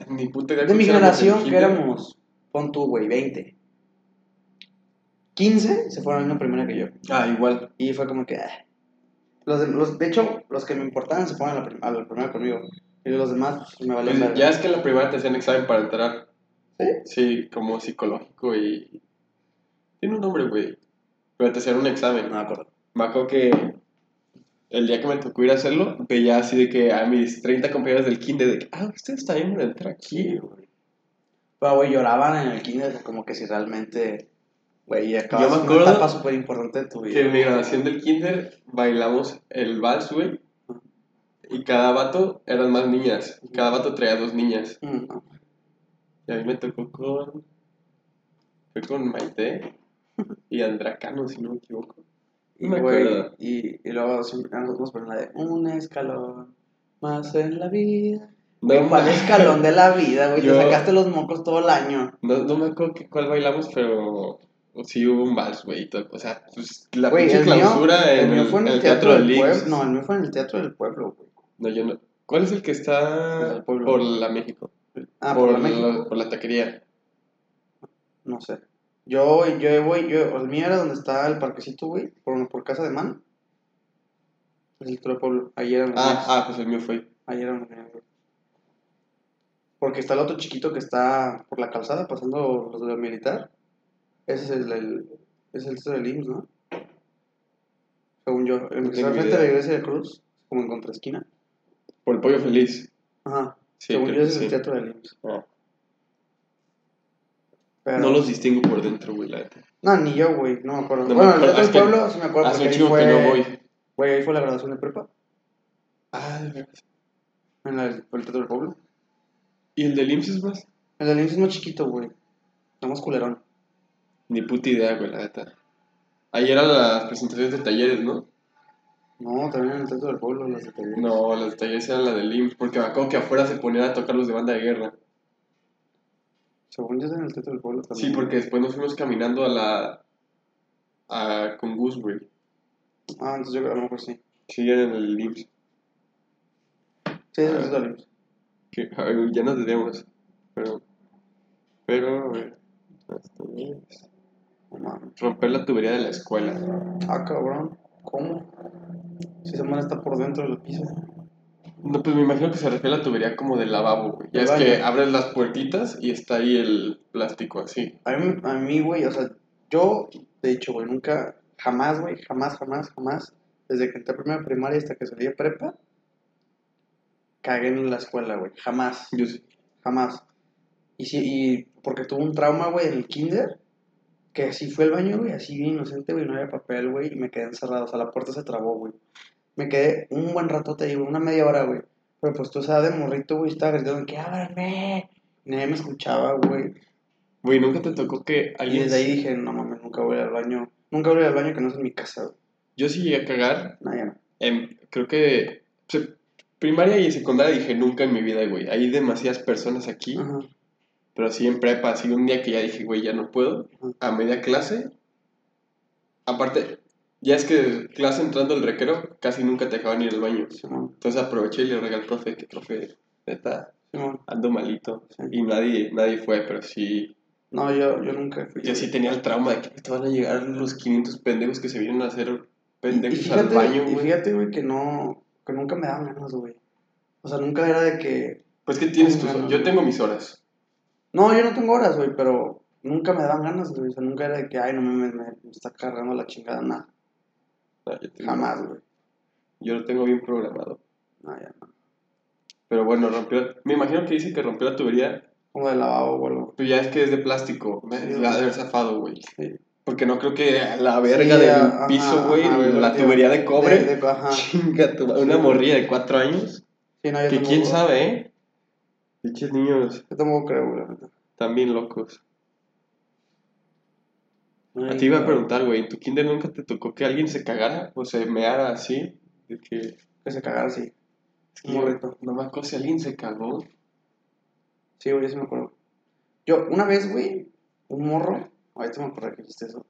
[SPEAKER 1] Ni puta idea
[SPEAKER 3] de
[SPEAKER 1] cuántos éramos en
[SPEAKER 3] mi generación que
[SPEAKER 1] kinder.
[SPEAKER 3] éramos, pon tú, güey, 20. 15 se fueron en la primera que yo.
[SPEAKER 1] Ah, igual.
[SPEAKER 3] Y fue como que. ah. Los de, los, de hecho, los que me importaban se ponen a la, prim- a la primera conmigo. Y los demás pues, me valían
[SPEAKER 1] Pues,
[SPEAKER 3] verga.
[SPEAKER 1] ya es que en la primaria te hacían examen para entrar.
[SPEAKER 3] ¿Sí?
[SPEAKER 1] Sí, como psicológico y... Tiene un nombre, güey. Pero te hacían un examen.
[SPEAKER 3] No me acuerdo.
[SPEAKER 1] Me acuerdo que el día que me tocó ir a hacerlo, veía así de que a mis 30 compañeros del kinder, de que, ah, ustedes también van a entrar aquí.
[SPEAKER 3] Pero, güey, lloraban en el kinder como que si realmente. Güey, y acabas
[SPEAKER 1] Yo me
[SPEAKER 3] una
[SPEAKER 1] acuerdo
[SPEAKER 3] etapa súper importante de tu vida.
[SPEAKER 1] Que en mi graduación del kinder bailamos el vals, güey. Y cada vato eran más niñas. y Cada vato traía dos niñas.
[SPEAKER 3] Mm, no.
[SPEAKER 1] Y a mí me tocó con. Fue con Maite y Andracano, si no me equivoco.
[SPEAKER 3] Y,
[SPEAKER 1] Me
[SPEAKER 3] güey,
[SPEAKER 1] acuerdo.
[SPEAKER 3] y, y luego siempre ah, nos vamos por la de un escalón más en la vida.
[SPEAKER 1] No,
[SPEAKER 3] Güey, ¿cuál
[SPEAKER 1] ma-
[SPEAKER 3] escalón de la vida, güey?
[SPEAKER 1] Yo-
[SPEAKER 3] Te sacaste los mocos todo el año.
[SPEAKER 1] no, no me acuerdo que- cuál bailamos, pero sí hubo un vals, güey. y todo. O sea, pues la
[SPEAKER 3] Güey,
[SPEAKER 1] pinche
[SPEAKER 3] el mío-
[SPEAKER 1] clausura en,
[SPEAKER 3] el mío fue en el, teatro, del
[SPEAKER 1] Lix.
[SPEAKER 3] pueblo. No, el mío fue en el teatro del pueblo, güey.
[SPEAKER 1] No, yo no. ¿Cuál es el que está
[SPEAKER 3] Del pueblo.
[SPEAKER 1] por la México?
[SPEAKER 3] Ah, por, la México.
[SPEAKER 1] por la taquería.
[SPEAKER 3] No sé. Yo, yo voy, yo, el mío era donde está el parquecito, güey, por, por casa de man. Es el otro pueblo. Ahí eran los
[SPEAKER 1] Ah,
[SPEAKER 3] míos.
[SPEAKER 1] ah, pues el mío fue.
[SPEAKER 3] Ahí eran los míos, güey. Porque está el otro chiquito que está por la calzada, pasando los de lo militar. Ese es el, el ese es el este del IMSS, ¿no? Según yo. El
[SPEAKER 1] No
[SPEAKER 3] que
[SPEAKER 1] tengo
[SPEAKER 3] está frente
[SPEAKER 1] idea.
[SPEAKER 3] a la iglesia de Cruz, como en contraesquina.
[SPEAKER 1] Por el pollo feliz.
[SPEAKER 3] Ajá.
[SPEAKER 1] Sí,
[SPEAKER 3] Según
[SPEAKER 1] creo
[SPEAKER 3] yo,
[SPEAKER 1] que
[SPEAKER 3] ese es
[SPEAKER 1] sí.
[SPEAKER 3] el teatro del IMSS.
[SPEAKER 1] Ah.
[SPEAKER 3] Pero-
[SPEAKER 1] No los distingo por dentro, güey, la neta.
[SPEAKER 3] No, ni yo, güey, no me acuerdo.
[SPEAKER 1] No me
[SPEAKER 3] bueno,
[SPEAKER 1] acuerdo,
[SPEAKER 3] el Teatro
[SPEAKER 1] es que
[SPEAKER 3] del Pueblo sí me acuerdo
[SPEAKER 1] Hace
[SPEAKER 3] porque
[SPEAKER 1] un
[SPEAKER 3] ahí
[SPEAKER 1] chingo
[SPEAKER 3] fue,
[SPEAKER 1] que no voy.
[SPEAKER 3] güey, ahí fue la graduación de prepa,
[SPEAKER 1] Ah, de verdad.
[SPEAKER 3] en la- el Teatro del Pueblo.
[SPEAKER 1] ¿Y el del IMSS es más?
[SPEAKER 3] El del IMSS es más chiquito, güey, nada más culerón.
[SPEAKER 1] Ni puta idea, güey, la neta. Ahí eran las presentaciones de talleres, ¿no?
[SPEAKER 3] No, también en el Teatro del Pueblo, las de Tegucigalpa.
[SPEAKER 1] No, las de talleres eran las del IMSS, porque me acuerdo que afuera se ponían a tocar los de banda de guerra.
[SPEAKER 3] Según yo, es en el Teatro del Pueblo también.
[SPEAKER 1] Sí, porque después nos fuimos caminando a la. a con Gus, güey.
[SPEAKER 3] Ah, entonces yo creo que a lo mejor sí.
[SPEAKER 1] Sí, eran en el IMSS.
[SPEAKER 3] Sí, es en el Teatro del IMSS.
[SPEAKER 1] Que, (laughs) a ver, ya nos diremos. Pero. Pero, a ver. hasta ahí.
[SPEAKER 3] No mames.
[SPEAKER 1] Romper la tubería de la escuela.
[SPEAKER 3] Ah, cabrón, ¿cómo? Si esa madre está por dentro de la pizza.
[SPEAKER 1] No, pues me imagino que se refiere a la tubería como del lavabo, güey. Ya
[SPEAKER 3] Del
[SPEAKER 1] es que
[SPEAKER 3] baño.
[SPEAKER 1] abres las puertitas y está ahí el plástico así.
[SPEAKER 3] A mí, a mí, güey, o sea, yo, de hecho, güey, nunca, jamás, güey, jamás, jamás, jamás, desde que entré a primera primaria hasta que salí de prepa, cagué en la escuela, güey. Jamás.
[SPEAKER 1] Yo sí.
[SPEAKER 3] Jamás. Y sí, y porque tuvo un trauma, güey, en el kinder, que así fue el baño, güey, así bien inocente, güey, no había papel, güey, y me quedé encerrado, o sea, la puerta se trabó, güey. Me quedé un buen rato, te digo, una media hora, güey. Pero pues tú sabes, de morrito, güey, estaba gritando, que ábreme. Nadie me escuchaba, güey.
[SPEAKER 1] Güey, nunca te tocó que
[SPEAKER 3] Y
[SPEAKER 1] alguien.
[SPEAKER 3] desde ahí dije, no mames, nunca voy a ir al baño. Nunca voy a ir al baño que no es en mi casa, güey.
[SPEAKER 1] Yo sí llegué a cagar.
[SPEAKER 3] No, ya no.
[SPEAKER 1] en- creo que. o sea, primaria y secundaria dije nunca en mi vida, güey. Hay demasiadas personas aquí.
[SPEAKER 3] Ajá.
[SPEAKER 1] Pero sí en prepa, así un día que ya dije, güey, ya no puedo.
[SPEAKER 3] Ujú.
[SPEAKER 1] A media clase. Aparte, ya es que clase entrando al recreo, casi nunca te dejaban ir al baño.
[SPEAKER 3] Simón,
[SPEAKER 1] Entonces aproveché y le regalé al profe que, profe, neta,
[SPEAKER 3] Simón.
[SPEAKER 1] ando malito.
[SPEAKER 3] Sí.
[SPEAKER 1] Y nadie, nadie fue, pero sí.
[SPEAKER 3] No, yo, yo nunca fui.
[SPEAKER 1] Yo sí tenía el trauma de que te van a llegar los 500 pendejos que se vienen a hacer
[SPEAKER 3] Y- y
[SPEAKER 1] pendejos al
[SPEAKER 3] fíjate-
[SPEAKER 1] baño,
[SPEAKER 3] Y
[SPEAKER 1] güey.
[SPEAKER 3] fíjate, güey, que no. Que nunca me daban ganas, güey. O sea, nunca era de que.
[SPEAKER 1] Pues que tienes
[SPEAKER 3] No,
[SPEAKER 1] tus.
[SPEAKER 3] no, no.
[SPEAKER 1] Yo tengo mis horas.
[SPEAKER 3] No, yo no tengo horas, güey, pero nunca me daban ganas, güey. O sea, nunca era de que, ay, no me, me, me está cargando la chingada, nada.
[SPEAKER 1] No, Ah, yo, tengo-
[SPEAKER 3] Jamás, güey.
[SPEAKER 1] yo lo tengo bien programado.
[SPEAKER 3] No, ya no.
[SPEAKER 1] Pero bueno, rompió. Me imagino que dice que rompió la tubería
[SPEAKER 3] Como de lavabo o algo.
[SPEAKER 1] Pues ya es que es de plástico. Me
[SPEAKER 3] Sí.
[SPEAKER 1] la de haber zafado, güey.
[SPEAKER 3] Sí.
[SPEAKER 1] Porque no creo que la verga
[SPEAKER 3] Sí,
[SPEAKER 1] del
[SPEAKER 3] ajá,
[SPEAKER 1] piso, güey,
[SPEAKER 3] ajá,
[SPEAKER 1] la
[SPEAKER 3] tío.
[SPEAKER 1] tubería de cobre.
[SPEAKER 3] De- de- ajá.
[SPEAKER 1] Chinga tu madre, Una
[SPEAKER 3] Sí.
[SPEAKER 1] morrilla de cuatro años.
[SPEAKER 3] Sí, no, yo
[SPEAKER 1] Que
[SPEAKER 3] tampoco-
[SPEAKER 1] quién sabe, ¿eh? Pinches niños
[SPEAKER 3] Yo tampoco creo, güey, la neta.
[SPEAKER 1] también locos.
[SPEAKER 3] Ay,
[SPEAKER 1] A ti iba a
[SPEAKER 3] güey.
[SPEAKER 1] preguntar, güey, ¿en tu kinder nunca te tocó que alguien se cagara o se meara así? De que.
[SPEAKER 3] Que se cagara, sí.
[SPEAKER 1] es que
[SPEAKER 3] Un
[SPEAKER 1] yo-
[SPEAKER 3] morrito.
[SPEAKER 1] No me acuerdo si alguien se cagó.
[SPEAKER 3] Sí, güey, yo sí me acuerdo. Yo, una vez, güey, un morro, ahorita me acuerdo que dijiste eso,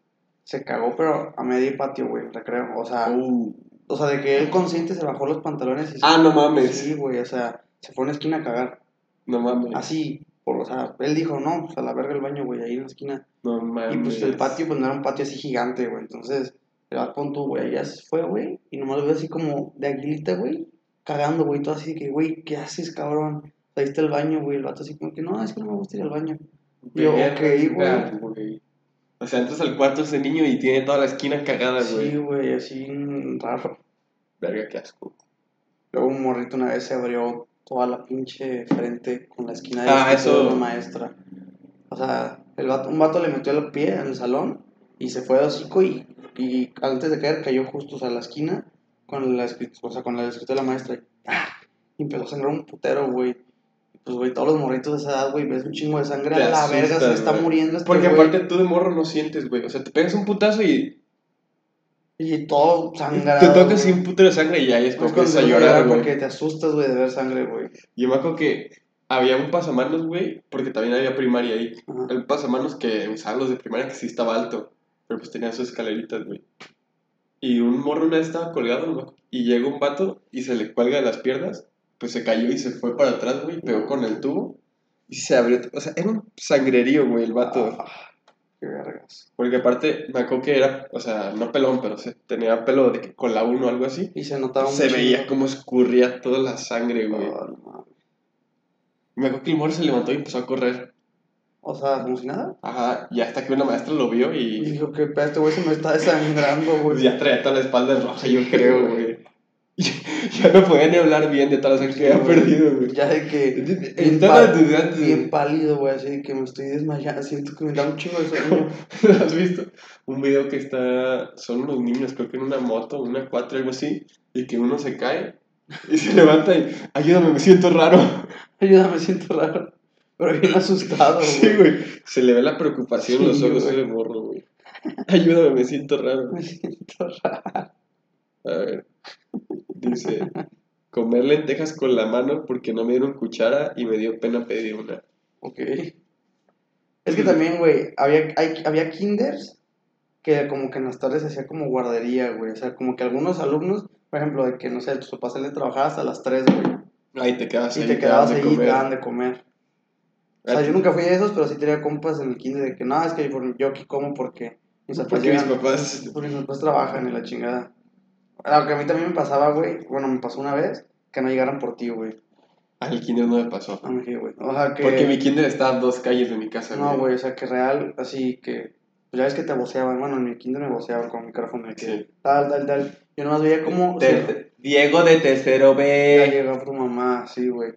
[SPEAKER 3] se cagó, pero a medio patio, güey, recreo. O sea,
[SPEAKER 1] Uh.
[SPEAKER 3] o sea, de que él consciente se bajó los pantalones y se...
[SPEAKER 1] Ah, no mames.
[SPEAKER 3] Sí, Ah. güey, o sea, se fue a una esquina a cagar.
[SPEAKER 1] No mames.
[SPEAKER 3] Así, por, o sea, él dijo, no, pues a la verga el baño, güey, ahí en la esquina.
[SPEAKER 1] No Ah, mames.
[SPEAKER 3] Y pues el patio, pues no era un patio así gigante, güey. Entonces, el balcón tú, güey, ya se fue, güey. Y nomás lo veo así como de aguilita, güey, cagando, güey, todo así de que, güey, ¿qué haces, cabrón? Ahí está el baño, güey, el vato así como que, no, es que no me gusta ir al baño. Yo, ok,
[SPEAKER 1] Verga, güey. O sea, entras al cuarto de ese niño y tiene toda la esquina cagada, güey.
[SPEAKER 3] Sí, güey, así mm, raro.
[SPEAKER 1] Verga, qué asco.
[SPEAKER 3] Luego un morrito una vez se abrió toda la pinche frente con la esquina de
[SPEAKER 1] Ah,
[SPEAKER 3] la escritura
[SPEAKER 1] eso.
[SPEAKER 3] de la maestra. O sea, el vato- un vato le metió el pie en el salón y se fue de hocico y, y antes de caer cayó justo o sea, a la esquina con la escritura, o sea, con la escritura de la maestra. Y, ¡ah! y empezó a sangrar un putero, güey. Y Pues, güey, todos los morritos de esa edad, güey, ves un chingo de sangre
[SPEAKER 1] Te
[SPEAKER 3] a la verga, se
[SPEAKER 1] asustas,
[SPEAKER 3] está
[SPEAKER 1] güey.
[SPEAKER 3] muriendo este
[SPEAKER 1] Porque
[SPEAKER 3] güey.
[SPEAKER 1] aparte tú de morro no sientes, güey. O sea, te pegas un putazo y
[SPEAKER 3] Y todo sangrado.
[SPEAKER 1] te tocas
[SPEAKER 3] güey.
[SPEAKER 1] sin puto de sangre y ya es
[SPEAKER 3] Es
[SPEAKER 1] como
[SPEAKER 3] cuando
[SPEAKER 1] que empiezas a
[SPEAKER 3] empiezas a
[SPEAKER 1] llorar, güey.
[SPEAKER 3] Porque te asustas, güey, de ver sangre, güey.
[SPEAKER 1] Yo me acuerdo que había un pasamanos, güey, porque también había primaria ahí.
[SPEAKER 3] Ajá.
[SPEAKER 1] El pasamanos que usaban los de primaria que sí estaba alto, pero pues tenía sus escaleritas, güey. Y un morro una vez estaba colgado, ¿no? y llega un vato y se le cuelga de las piernas, pues se cayó y se fue para atrás, güey, pegó con el tubo y se abrió. O sea, era un sangrerío, güey, el vato.
[SPEAKER 3] Ah, qué vergas.
[SPEAKER 1] Porque aparte, me acuerdo que era, o sea, no pelón, pero se tenía pelo de que con la 1 o algo así.
[SPEAKER 3] Y se notaba un
[SPEAKER 1] Se
[SPEAKER 3] chingo.
[SPEAKER 1] veía como escurría toda la sangre, güey.
[SPEAKER 3] Ah, no mames.
[SPEAKER 1] Me acuerdo que el morro se levantó y empezó a correr.
[SPEAKER 3] O sea, como si nada.
[SPEAKER 1] Ajá, y hasta que una maestra lo vio
[SPEAKER 3] Y
[SPEAKER 1] y
[SPEAKER 3] dijo, que pedo, este güey se me está desangrando,
[SPEAKER 1] pues,
[SPEAKER 3] güey.
[SPEAKER 1] ya traía toda la espalda roja,
[SPEAKER 3] (laughs)
[SPEAKER 1] yo creo, güey. (laughs) Ya no podía ni hablar bien de toda la sangre que había perdido, güey.
[SPEAKER 3] Ya de (laughs) que. Bien,
[SPEAKER 1] Estaba
[SPEAKER 3] pal-
[SPEAKER 1] dudando. (laughs)
[SPEAKER 3] bien pálido, güey, así de que me estoy desmayando. Siento que me da un chingo de sueño. (laughs)
[SPEAKER 1] ¿Has visto? Un video que está. Son unos niños, creo que en una moto, una 4, algo así, y que uno se cae y se (laughs) levanta y. Ayúdame, me siento raro.
[SPEAKER 3] Ayuda, me siento raro. Pero (laughs) bien asustado, Ah,
[SPEAKER 1] (laughs)
[SPEAKER 3] güey.
[SPEAKER 1] Sí, güey. Se le ve la preocupación en los
[SPEAKER 3] Sí,
[SPEAKER 1] ojos de
[SPEAKER 3] güey.
[SPEAKER 1] ese morro, güey. (laughs) Ayúdame, me siento raro.
[SPEAKER 3] Me siento raro.
[SPEAKER 1] A ver. Dice. Comer lentejas con la mano porque no me dieron cuchara y me dio pena pedir una.
[SPEAKER 3] (laughs) Ok. Es que también, güey, había, hay- había kinders que como que en las tardes se hacía como guardería, güey. O sea, como que algunos alumnos, por ejemplo, de que, no sé, tus papás le trabajaban hasta las 3, güey.
[SPEAKER 1] Ahí te quedas
[SPEAKER 3] Y
[SPEAKER 1] ahí,
[SPEAKER 3] te quedabas
[SPEAKER 1] dan
[SPEAKER 3] ahí
[SPEAKER 1] de
[SPEAKER 3] y te
[SPEAKER 1] comer.
[SPEAKER 3] daban de comer. O sea, yo nunca fui de esos, pero sí tenía compas en el kinder de que, no, es que yo, yo aquí como porque mis papás
[SPEAKER 1] Porque mis
[SPEAKER 3] llegan-
[SPEAKER 1] papás. (laughs)
[SPEAKER 3] porque mis papás trabajan y la chingada. Aunque a mí también me pasaba, güey, bueno, me pasó una vez que no llegaran por ti, güey.
[SPEAKER 1] Al kinder no me pasó.
[SPEAKER 3] No me dije, güey. O sea, que...
[SPEAKER 1] Porque mi kinder está a dos calles de mi casa,
[SPEAKER 3] Eh, No, güey, o sea, que real, así que... Pues ya ves que te voceaban, bueno, en mi kinder me voceaban con micrófono de que
[SPEAKER 1] Sí.
[SPEAKER 3] tal, tal, tal. Yo nomás veía como...
[SPEAKER 1] Te- te-
[SPEAKER 2] Diego de tercero
[SPEAKER 1] Eh,
[SPEAKER 2] B.
[SPEAKER 3] Ya llegó tu mamá, sí, güey.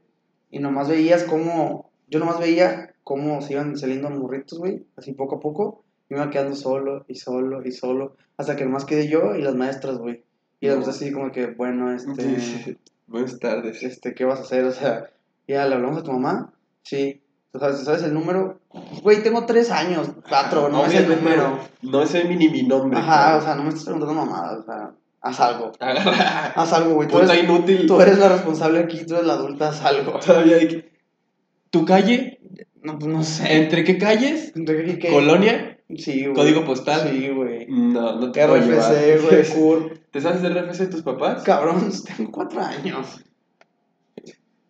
[SPEAKER 3] Y nomás veías cómo. Yo nomás veía cómo se iban saliendo morritos, güey, así poco a poco. Y me iba quedando solo, y solo, y solo. Hasta que nomás quedé yo y las maestras, güey. Y las
[SPEAKER 1] No.
[SPEAKER 3] maestras así como que, bueno, este.
[SPEAKER 1] Buenas tardes.
[SPEAKER 3] este, ¿qué vas a hacer? O sea, ya le hablamos a tu mamá. Sí. O sea, ¿sabes el número? Güey, tengo tres años, cuatro, no es el
[SPEAKER 1] Obviamente,
[SPEAKER 3] número.
[SPEAKER 1] Ah, No sé mi ni mi nombre. cabrón.
[SPEAKER 3] Ajá, o sea, no me estás preguntando mamadas, o sea, haz algo.
[SPEAKER 1] Agarra.
[SPEAKER 3] Haz algo, güey. Tú
[SPEAKER 1] Ah, Puta
[SPEAKER 3] eres,
[SPEAKER 1] inútil.
[SPEAKER 3] tú eres la responsable aquí, tú eres la adulta, haz algo.
[SPEAKER 1] Todavía hay que- ¿Tu calle?
[SPEAKER 3] No, pues no sé.
[SPEAKER 2] ¿Entre qué calles?
[SPEAKER 3] ¿Qué? qué?
[SPEAKER 2] ¿Colonia?
[SPEAKER 3] Sí, güey.
[SPEAKER 2] ¿Código postal?
[SPEAKER 3] Sí, güey.
[SPEAKER 1] No, no te puedo llevar. (laughs)
[SPEAKER 3] RFC, güey, CUR.
[SPEAKER 1] ¿Te sabes el RFC de tus papás?
[SPEAKER 3] Cabrón, (laughs) tengo cuatro años.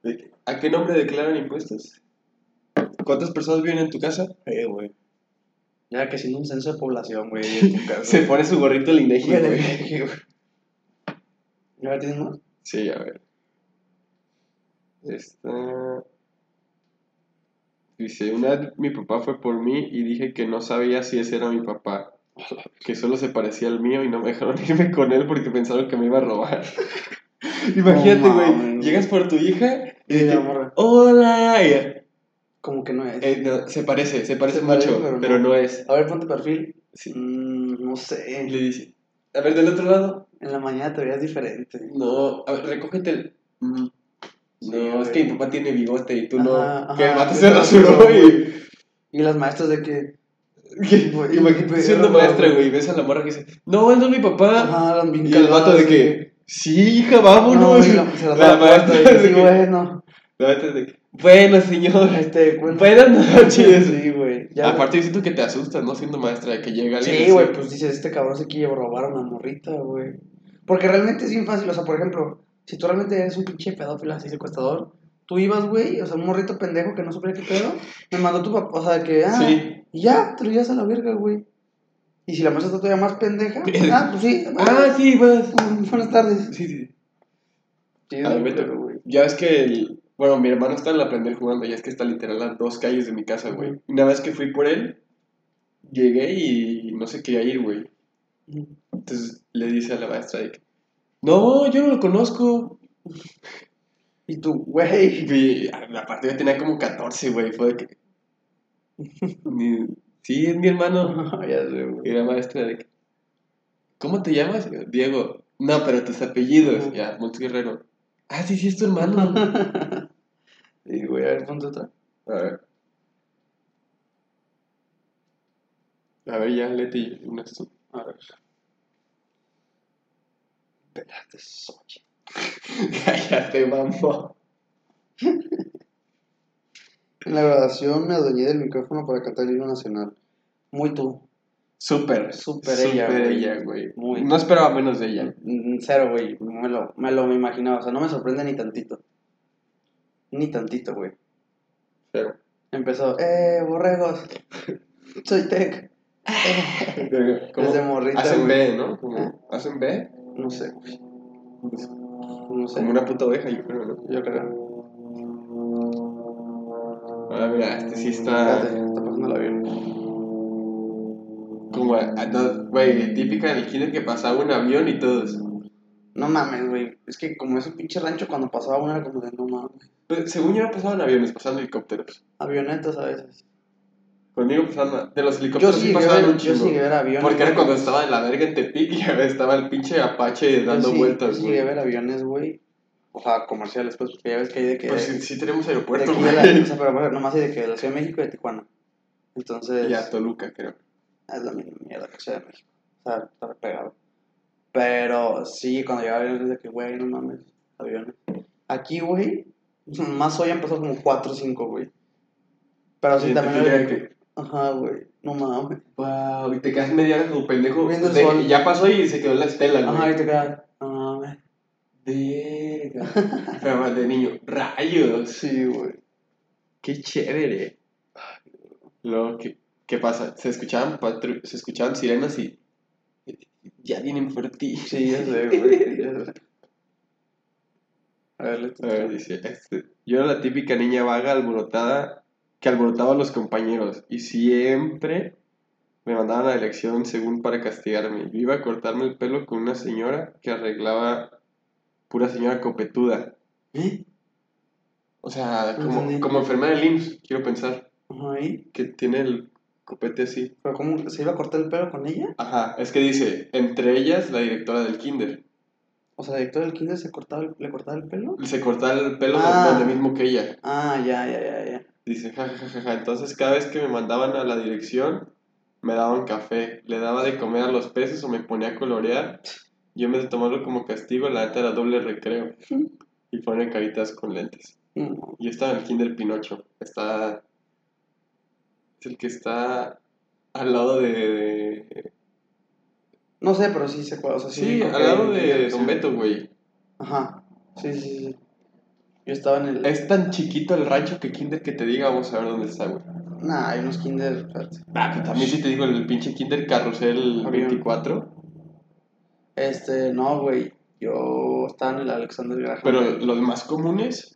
[SPEAKER 1] ¿De- ¿A qué nombre declaran impuestos? ¿Cuántas personas viven en tu
[SPEAKER 3] (laughs)
[SPEAKER 1] casa?
[SPEAKER 3] Eh, güey. Ya que siendo un censo de población, güey,
[SPEAKER 1] (laughs)
[SPEAKER 3] en tu caso.
[SPEAKER 1] Se pone su gorrito el INEGI,
[SPEAKER 3] Güey,
[SPEAKER 1] güey.
[SPEAKER 3] güey, güey. ¿Y ahora tienes más?
[SPEAKER 1] Sí, a ver. Esta. Dice, una vez mi papá fue por mí y dije que no sabía si ese era mi
[SPEAKER 3] (laughs)
[SPEAKER 1] papá. Que solo se parecía al mío y no me dejaron irme con él porque pensaron que me iba a
[SPEAKER 3] (laughs)
[SPEAKER 1] robar. Imagínate,
[SPEAKER 3] No
[SPEAKER 1] güey.
[SPEAKER 3] mames.
[SPEAKER 1] llegas por tu hija y
[SPEAKER 3] Y
[SPEAKER 1] de
[SPEAKER 3] la
[SPEAKER 1] que,
[SPEAKER 3] morra.
[SPEAKER 1] ¡Hola! y ella,
[SPEAKER 3] Como que no es.
[SPEAKER 1] eh, no, se parece, se parece
[SPEAKER 3] Se parece,
[SPEAKER 1] mucho,
[SPEAKER 3] pero no.
[SPEAKER 1] pero no es.
[SPEAKER 3] A ver, ponte perfil.
[SPEAKER 1] Sí.
[SPEAKER 3] Mm, no
[SPEAKER 1] Y
[SPEAKER 3] sé.
[SPEAKER 1] le dice, a ver, del otro lado.
[SPEAKER 3] En la mañana te veías diferente.
[SPEAKER 1] No, a ver, recógete el. Mm.
[SPEAKER 3] Sí,
[SPEAKER 1] No, es
[SPEAKER 3] güey.
[SPEAKER 1] que mi papá tiene bigote y tú no.
[SPEAKER 3] Ajá,
[SPEAKER 1] que el
[SPEAKER 3] ajá,
[SPEAKER 1] vato
[SPEAKER 3] que
[SPEAKER 1] se
[SPEAKER 3] no,
[SPEAKER 1] rasuró,
[SPEAKER 3] no,
[SPEAKER 1] güey.
[SPEAKER 3] (laughs) Y las maestras de que.
[SPEAKER 1] Que- Imagínate
[SPEAKER 3] güey,
[SPEAKER 1] siendo
[SPEAKER 3] no,
[SPEAKER 1] maestra,
[SPEAKER 3] güey.
[SPEAKER 1] güey, y ves a la morra que dice, no, él no es mi papá.
[SPEAKER 3] Ajá, las bien
[SPEAKER 1] y el vato
[SPEAKER 3] cagadas,
[SPEAKER 1] de que, sí, hija, vámonos.
[SPEAKER 3] No, y la- se
[SPEAKER 1] (laughs)
[SPEAKER 3] las
[SPEAKER 1] la
[SPEAKER 3] da
[SPEAKER 1] maestra
[SPEAKER 3] puerta y
[SPEAKER 1] de
[SPEAKER 3] sí,
[SPEAKER 1] que-
[SPEAKER 3] bueno.
[SPEAKER 1] la maestra de que, bueno, señor.
[SPEAKER 3] Este, bueno.
[SPEAKER 1] Buenas noches.
[SPEAKER 3] Sí, güey. Ya-
[SPEAKER 1] Aparte, yo siento que te asustas, ¿no? Siendo maestra, de que llega alguien.
[SPEAKER 3] Sí,
[SPEAKER 1] así.
[SPEAKER 3] güey, pues dices, este cabrón se quiere robar a una morrita, güey. Porque realmente es bien fácil, o sea, por ejemplo, si tú realmente eres un pinche pedófilo así secuestrador, tú ibas, güey, o sea, un morrito pendejo que no supiera qué pedo, me mandó tu papá, o sea, que, ah,
[SPEAKER 1] Sí.
[SPEAKER 3] y ya, te lo llevas a la verga, güey. Y si la maestra está todavía más (laughs) pendeja,
[SPEAKER 1] Verga.
[SPEAKER 3] ah, pues sí,
[SPEAKER 1] Ah, sí, bueno.
[SPEAKER 3] mm, (laughs) buenas tardes.
[SPEAKER 1] Sí, sí.
[SPEAKER 3] Sí,
[SPEAKER 1] A mí me
[SPEAKER 3] pero,
[SPEAKER 1] tocó.
[SPEAKER 3] güey.
[SPEAKER 1] Ya ves que el- Bueno, mi hermano está en la aprender jugando, ya es que está literal a dos calles de mi casa, güey. Y Una vez que fui por él, llegué y no sé qué ir, güey. Entonces le dice a la maestra de que, no, yo no lo conozco.
[SPEAKER 3] Y tú, güey,
[SPEAKER 1] Y aparte yo tenía como 14, güey. Fue de que... (laughs) ni- Sí, es mi hermano.
[SPEAKER 3] (laughs) ya sé, güey. (laughs)
[SPEAKER 1] Y la maestra de que, ¿cómo te llamas? Y yo, Diego. No, pero tus apellidos. Ya, Montes Guerrero. Ah, sí, sí, es tu hermano.
[SPEAKER 3] Sí, güey, a ver, ponte otra.
[SPEAKER 1] A ver. A ver, ya, Leti, una (laughs) tú.
[SPEAKER 3] A ver. Pedazo de soya.
[SPEAKER 1] Cállate, mamá.
[SPEAKER 3] En la grabación me adueñé del micrófono para cantar el himno nacional. Muy tú.
[SPEAKER 1] Súper,
[SPEAKER 3] Súper ella,
[SPEAKER 1] Súper
[SPEAKER 3] güey.
[SPEAKER 1] ella, güey.
[SPEAKER 3] Muy.
[SPEAKER 1] No esperaba menos de ella.
[SPEAKER 3] Mm, Cero, güey. Me lo, me lo me imaginaba. O sea, no me sorprende ni tantito. Ni tantito, güey.
[SPEAKER 1] Pero.
[SPEAKER 3] Empezó, eh, borregos. (laughs) Soy tech. Desde morrita,
[SPEAKER 1] Hacen
[SPEAKER 3] güey.
[SPEAKER 1] B, ¿no? Como, hacen B.
[SPEAKER 3] No sé, güey.
[SPEAKER 1] Como
[SPEAKER 3] No sé.
[SPEAKER 1] una puta oveja, yo creo, ¿no?
[SPEAKER 3] Yo creo.
[SPEAKER 1] Ah, mira, este sí
[SPEAKER 3] Espérate,
[SPEAKER 1] está.
[SPEAKER 3] está pasando el avión.
[SPEAKER 1] Como, ah, no, güey, típica del kinder que pasaba un avión y todos.
[SPEAKER 3] No mames, güey. Es que como es un pinche rancho, cuando pasaba uno era como de no mames.
[SPEAKER 1] Pues, según yo no pasaban aviones, pasaban helicópteros.
[SPEAKER 3] Avionetas a veces.
[SPEAKER 1] Conmigo pasaban. De los
[SPEAKER 3] Yo
[SPEAKER 1] helicópteros
[SPEAKER 3] sí
[SPEAKER 1] sí
[SPEAKER 3] llegué a
[SPEAKER 1] pasaban
[SPEAKER 3] ver,
[SPEAKER 1] un
[SPEAKER 3] yo sí
[SPEAKER 1] chingo.
[SPEAKER 3] llegué a ver aviones.
[SPEAKER 1] Porque era
[SPEAKER 3] güey.
[SPEAKER 1] cuando estaba en la verga en Tepic y (laughs) estaba el pinche Apache
[SPEAKER 3] Yo
[SPEAKER 1] dando
[SPEAKER 3] sí- yo
[SPEAKER 1] vueltas,
[SPEAKER 3] sí
[SPEAKER 1] güey.
[SPEAKER 3] llegué a ver aviones, güey. O sea, comerciales, pues, porque ya ves que hay de que.
[SPEAKER 1] Pero sí, sí tenemos
[SPEAKER 3] eh, de
[SPEAKER 1] aeropuerto,
[SPEAKER 3] aquí
[SPEAKER 1] güey. (laughs)
[SPEAKER 3] de la, o sea, pero bueno, nomás hay de que de la Ciudad de México y de Tijuana. Entonces,
[SPEAKER 1] Y a Toluca, creo.
[SPEAKER 3] es la misma mierda que Ciudad de México. O sea, está pegado. Pero sí, cuando llegaba aviones, de que, güey, no mames, aviones. Aquí, güey, (laughs) más hoy han pasado como 4 o 5, güey. Pero sí,
[SPEAKER 1] Y
[SPEAKER 3] también.
[SPEAKER 1] te
[SPEAKER 3] era de
[SPEAKER 1] fijas que,
[SPEAKER 3] que, Ajá, güey, no mames.
[SPEAKER 1] wow, y te quedas media hora como pendejo.
[SPEAKER 3] Viendo el
[SPEAKER 1] de-
[SPEAKER 3] sol.
[SPEAKER 1] ya pasó y se quedó la estela, güey.
[SPEAKER 3] Ajá, y te quedas, no mames.
[SPEAKER 1] Verga. Pero de niño, rayos.
[SPEAKER 3] Sí, güey.
[SPEAKER 1] Qué chévere. Luego, ¿qué, qué pasa? Se escuchaban, patru- se escuchaban sirenas y. Ya vienen por ti.
[SPEAKER 3] Sí, ya sé,
[SPEAKER 1] (laughs)
[SPEAKER 3] güey. ya sé. A ver, le
[SPEAKER 1] A ver, dice, este, yo era la típica niña vaga alborotada que alborotaba a los compañeros y siempre me mandaban a la elección según para castigarme. Yo iba a cortarme el pelo con una señora que arreglaba pura señora copetuda.
[SPEAKER 3] ¿Eh?
[SPEAKER 1] O sea,
[SPEAKER 3] No
[SPEAKER 1] como,
[SPEAKER 3] entendí.
[SPEAKER 1] como enfermera del IMSS, quiero pensar,
[SPEAKER 3] Ajá, ¿y?
[SPEAKER 1] que tiene el copete así.
[SPEAKER 3] ¿Pero cómo? ¿Se iba a cortar el pelo con ella?
[SPEAKER 1] Ajá, es que dice, entre ellas la directora del kinder.
[SPEAKER 3] O sea, director del kinder se cortaba el- le cortaba el pelo.
[SPEAKER 1] Se cortaba el pelo
[SPEAKER 3] Ah.
[SPEAKER 1] donde mismo que ella.
[SPEAKER 3] Ah, ya, ya, ya, ya.
[SPEAKER 1] Dice, ja, ja, ja, ja, ja. Entonces cada vez que me mandaban a la dirección, me daban café, le daba de comer a los peces o me ponía a colorear. Yo en vez de tomarlo como castigo, la neta era doble recreo. Y ponen caritas con lentes.
[SPEAKER 3] No,
[SPEAKER 1] Yo estaba en el Kinder Pinocho. Está. Es el que está al lado de. de-
[SPEAKER 3] no sé, pero sí se cuadra. O sea, sí,
[SPEAKER 1] Sí,
[SPEAKER 3] dijo
[SPEAKER 1] al
[SPEAKER 3] que-
[SPEAKER 1] lado
[SPEAKER 3] que-
[SPEAKER 1] de
[SPEAKER 3] que-
[SPEAKER 1] Don Beto, güey.
[SPEAKER 3] Ajá. Sí, sí, sí. Yo estaba en el.
[SPEAKER 1] Es tan chiquito el rancho que Kinder que te diga, vamos a ver dónde está, güey.
[SPEAKER 3] Nah, hay unos kinder. espérate.
[SPEAKER 1] Ah, pero también si te digo el pinche Kinder Carrusel
[SPEAKER 3] Avión.
[SPEAKER 1] 24.
[SPEAKER 3] Este, no, güey. Yo estaba en el Alexander Graham.
[SPEAKER 1] Pero los más comunes,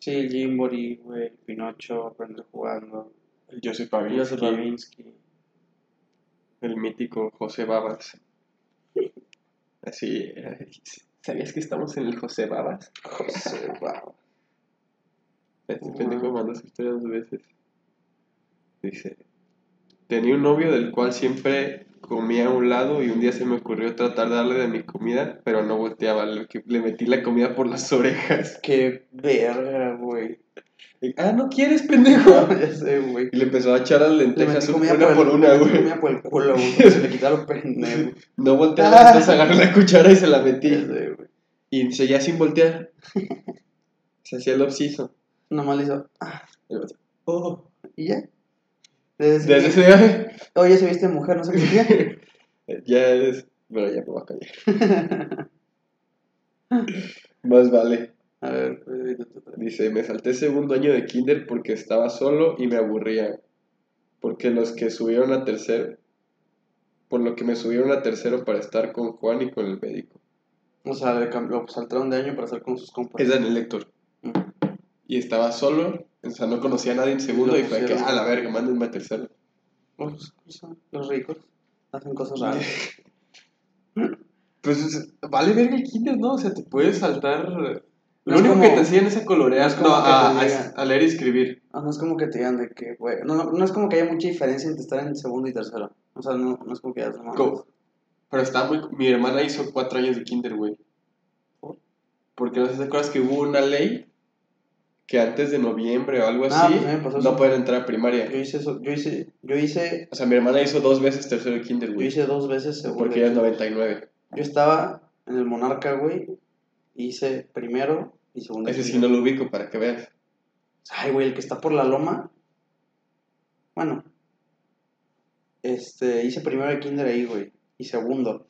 [SPEAKER 3] Sí, el Jimbori, güey. Pinocho, aprender jugando.
[SPEAKER 1] el Joseph Pavinsky,
[SPEAKER 3] Joseph Babinsky.
[SPEAKER 1] el mítico José Babas. Así, era. ¿sabías que estamos en el José Babas?
[SPEAKER 3] José, wow.
[SPEAKER 1] Este
[SPEAKER 3] Wow.
[SPEAKER 1] pendejo mandó su historia dos veces. Dice, tenía un novio del cual siempre comía a un lado y un día se me ocurrió tratar de darle de mi comida, pero no volteaba, le, que- le metí la comida por las orejas.
[SPEAKER 3] Qué verga, güey.
[SPEAKER 1] Y, ah, ¿no quieres, pendejo?
[SPEAKER 3] (laughs) ya sé, güey.
[SPEAKER 1] Y le empezó a echar las
[SPEAKER 3] Le
[SPEAKER 1] lentejas
[SPEAKER 3] metí comida
[SPEAKER 1] una por
[SPEAKER 3] el-
[SPEAKER 1] una,
[SPEAKER 3] le metí
[SPEAKER 1] güey.
[SPEAKER 3] comida por el culo, güey. Se le quitaron
[SPEAKER 1] (laughs)
[SPEAKER 3] pendejo.
[SPEAKER 1] No volteaba, entonces agarré la cuchara y se la metí.
[SPEAKER 3] Ya sé, güey.
[SPEAKER 1] Y seguía sin voltear. Se hacía el obsiso.
[SPEAKER 3] Nomás le hizo. Ah,
[SPEAKER 1] El vato, "Oh".
[SPEAKER 3] y ya. Desde,
[SPEAKER 1] Desde ese día (laughs)
[SPEAKER 3] Oye, se viste de mujer, no sé qué día.
[SPEAKER 1] ya es. Pero ya me va a callar. Más vale.
[SPEAKER 3] (laughs) A ver, eh, tú, tú, tú.
[SPEAKER 1] Dice: Me salté segundo año de kinder porque estaba solo y me aburría. Porque los que subieron a tercero. Por lo que me subieron a tercero para estar con Juan y con el médico.
[SPEAKER 3] o sea, le cam- lo saltaron de año para estar con sus compas.
[SPEAKER 1] Es Daniel Lector.
[SPEAKER 3] Ujú.
[SPEAKER 1] Y estaba solo, o sea, no conocía a nadie en segundo
[SPEAKER 3] Lo
[SPEAKER 1] y fue que,
[SPEAKER 3] pusieron.
[SPEAKER 1] a la verga, mándenme a tercero.
[SPEAKER 3] Los, los ricos hacen cosas raras.
[SPEAKER 1] Pues es- vale verga el kinder, ¿no? O sea, te puedes saltar. Lo
[SPEAKER 3] es
[SPEAKER 1] único
[SPEAKER 3] como-
[SPEAKER 1] que te hacían es a colorear,
[SPEAKER 3] no es como
[SPEAKER 1] no,
[SPEAKER 3] que
[SPEAKER 1] a,
[SPEAKER 3] te
[SPEAKER 1] a-
[SPEAKER 3] digan.
[SPEAKER 1] a leer y escribir.
[SPEAKER 3] Ah, no es como que te digan de que, güey. No, no, no es como que haya mucha diferencia entre estar en segundo y tercero. O sea, no, no es como que hayas mamado.
[SPEAKER 1] Co- Pero está muy. Mi hermana hizo cuatro años de kinder, güey.
[SPEAKER 3] ¿Por?
[SPEAKER 1] Porque no sé si te acuerdas que hubo una ley que antes de noviembre o algo
[SPEAKER 3] Ah,
[SPEAKER 1] así
[SPEAKER 3] pues a mí me pasó
[SPEAKER 1] no
[SPEAKER 3] eso.
[SPEAKER 1] pueden entrar a primaria.
[SPEAKER 3] Yo hice eso, yo hice, yo hice,
[SPEAKER 1] O sea, mi hermana hizo dos veces tercero de kinder,
[SPEAKER 3] yo
[SPEAKER 1] güey.
[SPEAKER 3] hice dos veces segundo.
[SPEAKER 1] Porque ella es 99.
[SPEAKER 3] Yo estaba en el Monarca, güey. Hice primero y segundo.
[SPEAKER 1] Ese sí no lo ubico para que veas.
[SPEAKER 3] Ay, güey, el que está por la loma. Bueno. Este, hice primero de kinder ahí, güey. Y segundo.